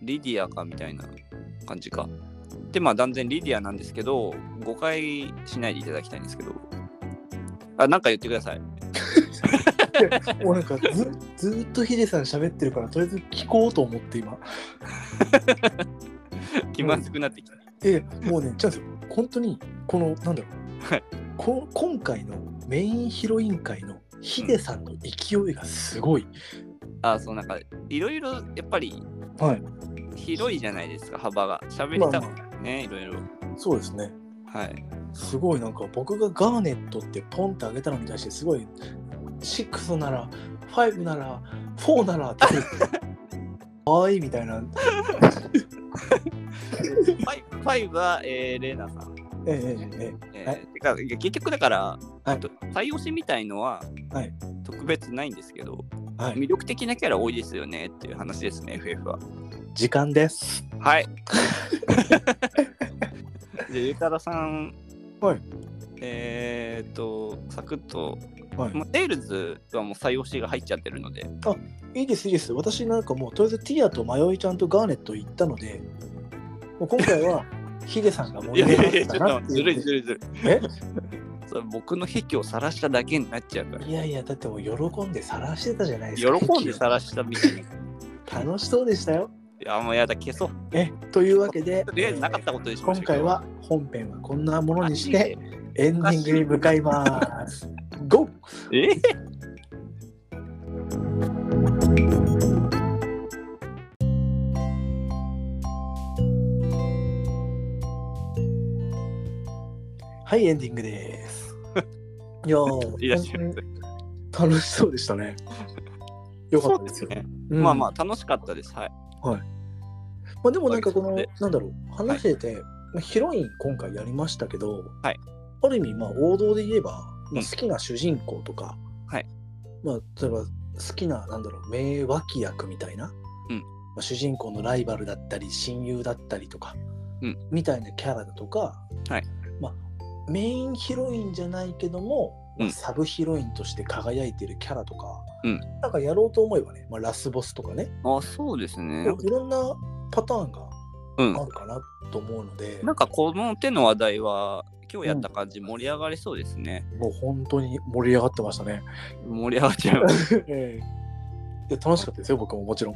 リディアかみたいな感じか。で、まあ断然リディアなんですけど、誤解しないでいただきたいんですけど、あ、なんか言ってください。
もうなんかず (laughs) ずーっとヒデさん喋ってるからとりあえず聞こうと思って今
気まずくなってきた。
ええもうねチャンス本当にこのなんだろう、
はい
こ今回のメインヒロイン界のヒデさんの勢いがすごい、
あ、そう、なんか、いろいろ、やっぱり、
はい
広いじゃないですか、幅が。喋りたくね、いろいろ。
そうですね
はい。
すごいなんか僕がガーネットってポンってあげたのに対してすごい6なら5なら4ならって
(laughs)
かわいいみたいな
ファイブファイブは、えー、レーナさん。
えええええ
えー
はい
てか結局だから、
はい
と最推しみたいのは、
はい
特別ないんですけど、
えはい
魅力的なキャラ多いですよねっていう話ですね、FF は。
時間です (laughs)
はい。じゃあ、ゆうたらさん。
はい。
えーっと、サクッと、
はい
まあ、テイルズはもう最推しが入っちゃってるので、
いいですいいです私なんかもうとりあえずティアと迷いちゃんとガーネット行ったのでもう今回はヒデさ
(laughs)
んが盛り
いやいやい
上
や、
が
ち
っ
ょ
たなっ
っと
て
ずるいず
い
るいずるい。
え
それ僕の癖を晒しただけになっちゃうから。
いやいやだってもう喜んで晒してたじゃないですか
喜んで晒したみたいな。い
楽しそうでしたよ
や、もうやだ、消そう。
えというわけで
とりあえずなかったことにしま
今
しょう。
回は本編はこんなものにし
マ
て
ジで。
エンディングに向かいます。GO!
え
はい、エンディング
(laughs)
です。いやー、
いらっしゃいま
本当に楽しそうでしたね。よかったですよ。
ね。
うん
まあまあ、楽しかったです。はい。
まあでもなんかこの
で、
なんだろう、話してて、まあヒロイン今回やりましたけど、
はい
ある意味、まあ王道で言えば、ま
うん
あ、好きな主人公とか、
はい
まあ例えば好きな、なんだろう、名脇役みたいな、
うん
まあ、主人公のライバルだったり、親友だったりとか、
うん
みたいなキャラだとか、
はい
まあ、メインヒロインじゃないけども、まあ
うん
サブヒロインとして輝いてるキャラとか、
うん
なんかやろうと思えばね、まあ、ラスボスとかね、
あ、そうですね。
いろんなパターンが
うん
あ。るかなと思うので、
なんかこの手の話題は、今日やった感じ盛り上がりそうですね。
もう本当に盛り上がってました
(laughs)
ね。
盛り上がっちゃ
(laughs)
います。
ええで楽しかったですよ、僕ももちろん。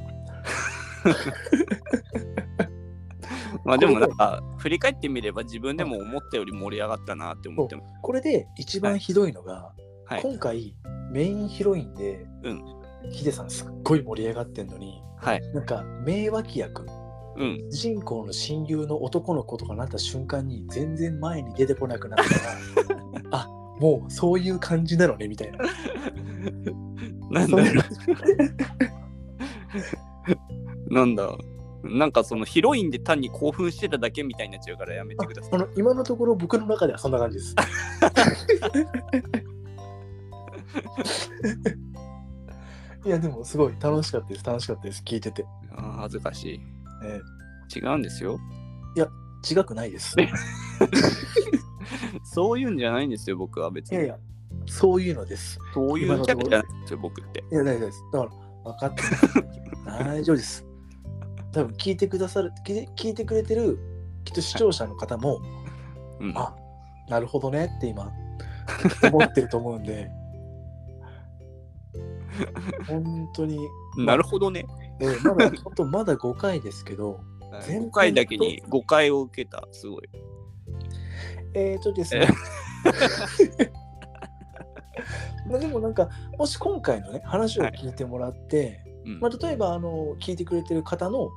まあでもなんか、振り返ってみれば自分でも思ったより盛り上がったなって思ってます。
これで一番ひどいのが、
はい。
今回メインヒロインで、
うん
ヒデさんすっごい盛り上がってんのに、
はい。
なんか名脇役、
うん。
主人公の親友の男の子とかなった瞬間に全然前に出てこなくなった
(laughs)
から、あもうそういう感じなのねみたいな。
なんだろう。なんだ。なんかそのヒロインで単に興奮してただけみたいになっちゃうからやめてください
あ。の今のところ僕の中ではそんな感じ
(laughs)
です。いやでもすごい楽しかったです楽しかったです聞いてて、
あー恥ずかし
え
い。違うんですよ。
ー違くないです。い
そういうんじゃないんですよ、僕は別に。
やいやそういうのです。
そういうキャラじゃないんですよ、僕って。
いや大丈夫です。だから分かって
(laughs)
ます大丈夫です。多分聞いてくださる聞いて聞いてくれてるきっと視聴者の方も、
うん、
あなるほどねって今思ってると思うん
(laughs)
で本当に
なるほどね。
えーまだ本当まだ5回ですけど、全
5回だけに誤解を受けた、すごい。
えーとですね。 (laughs) まあでもなんかもし今回のね話を聞いてもらって、
うん
まあ、例えばあの聞いてくれてる方の,、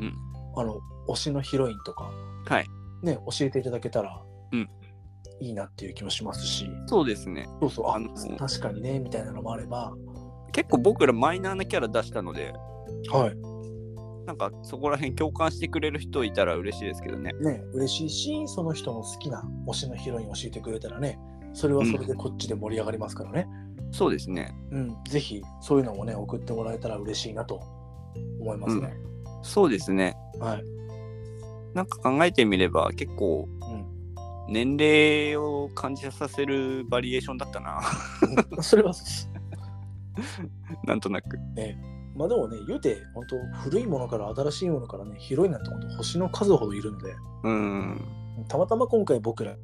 うん
あの推しのヒロインとか、
はい
ね、教えていただけたら、
うん
いいなっていう気もしますし
そうですね。
そうそうあ
あの
確かにねみたいなのもあれば、
結構僕らマイナーなキャラ出したので、
はい、
なんかそこら辺共感してくれる人いたら嬉しいですけどね。
ね嬉しいしその人の好きな推しのヒロイン教えてくれたらねそれはそれでこっちで盛り上がりますからね、
そうですね。
うんぜひそういうのもね送ってもらえたら嬉しいなと思いますね、
そうですね。
はい。
なんか考えてみれば結構年齢を感じさせるバリエーションだったな。 (laughs)
うん。それは、
なんとなく。
まあでもね、言うて、本当古いものから新しいものからね、広いなんてこと、星の数ほどいるので、
うん。
たまたま今回僕ら、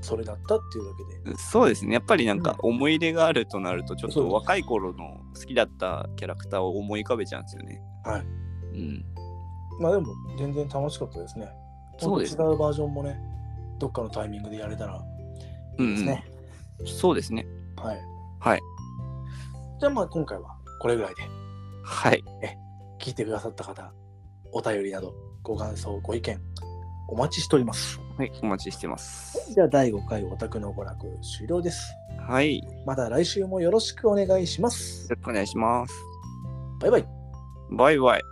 それだったっていうだけで、
そうですね。やっぱりなん
うん
か思い出があるとなると、ちょっ
そうで
と
す
若い頃の好きだったキャラクターを思い浮かべちゃうんですよね。
はい。
うん。
まあでも全然楽しかったですね。
そうです
本当違うバージョンもね、どっかのタイミングでやれたら
う
いいで
ん、
すね。
うん。そうですね。
はい。
はい。
じゃあまあ今回はこれぐらいで、
はい。
聞いてくださった方、お便りなど、ご感想、ご意見、お待ちしております。
はい。お待ちしてます。
じゃあ第5回オタクの娯楽終了です。
はい。よ
また来週もよろしくお願いします。
ろしくお願いします。
バイバイ。
バイバイ。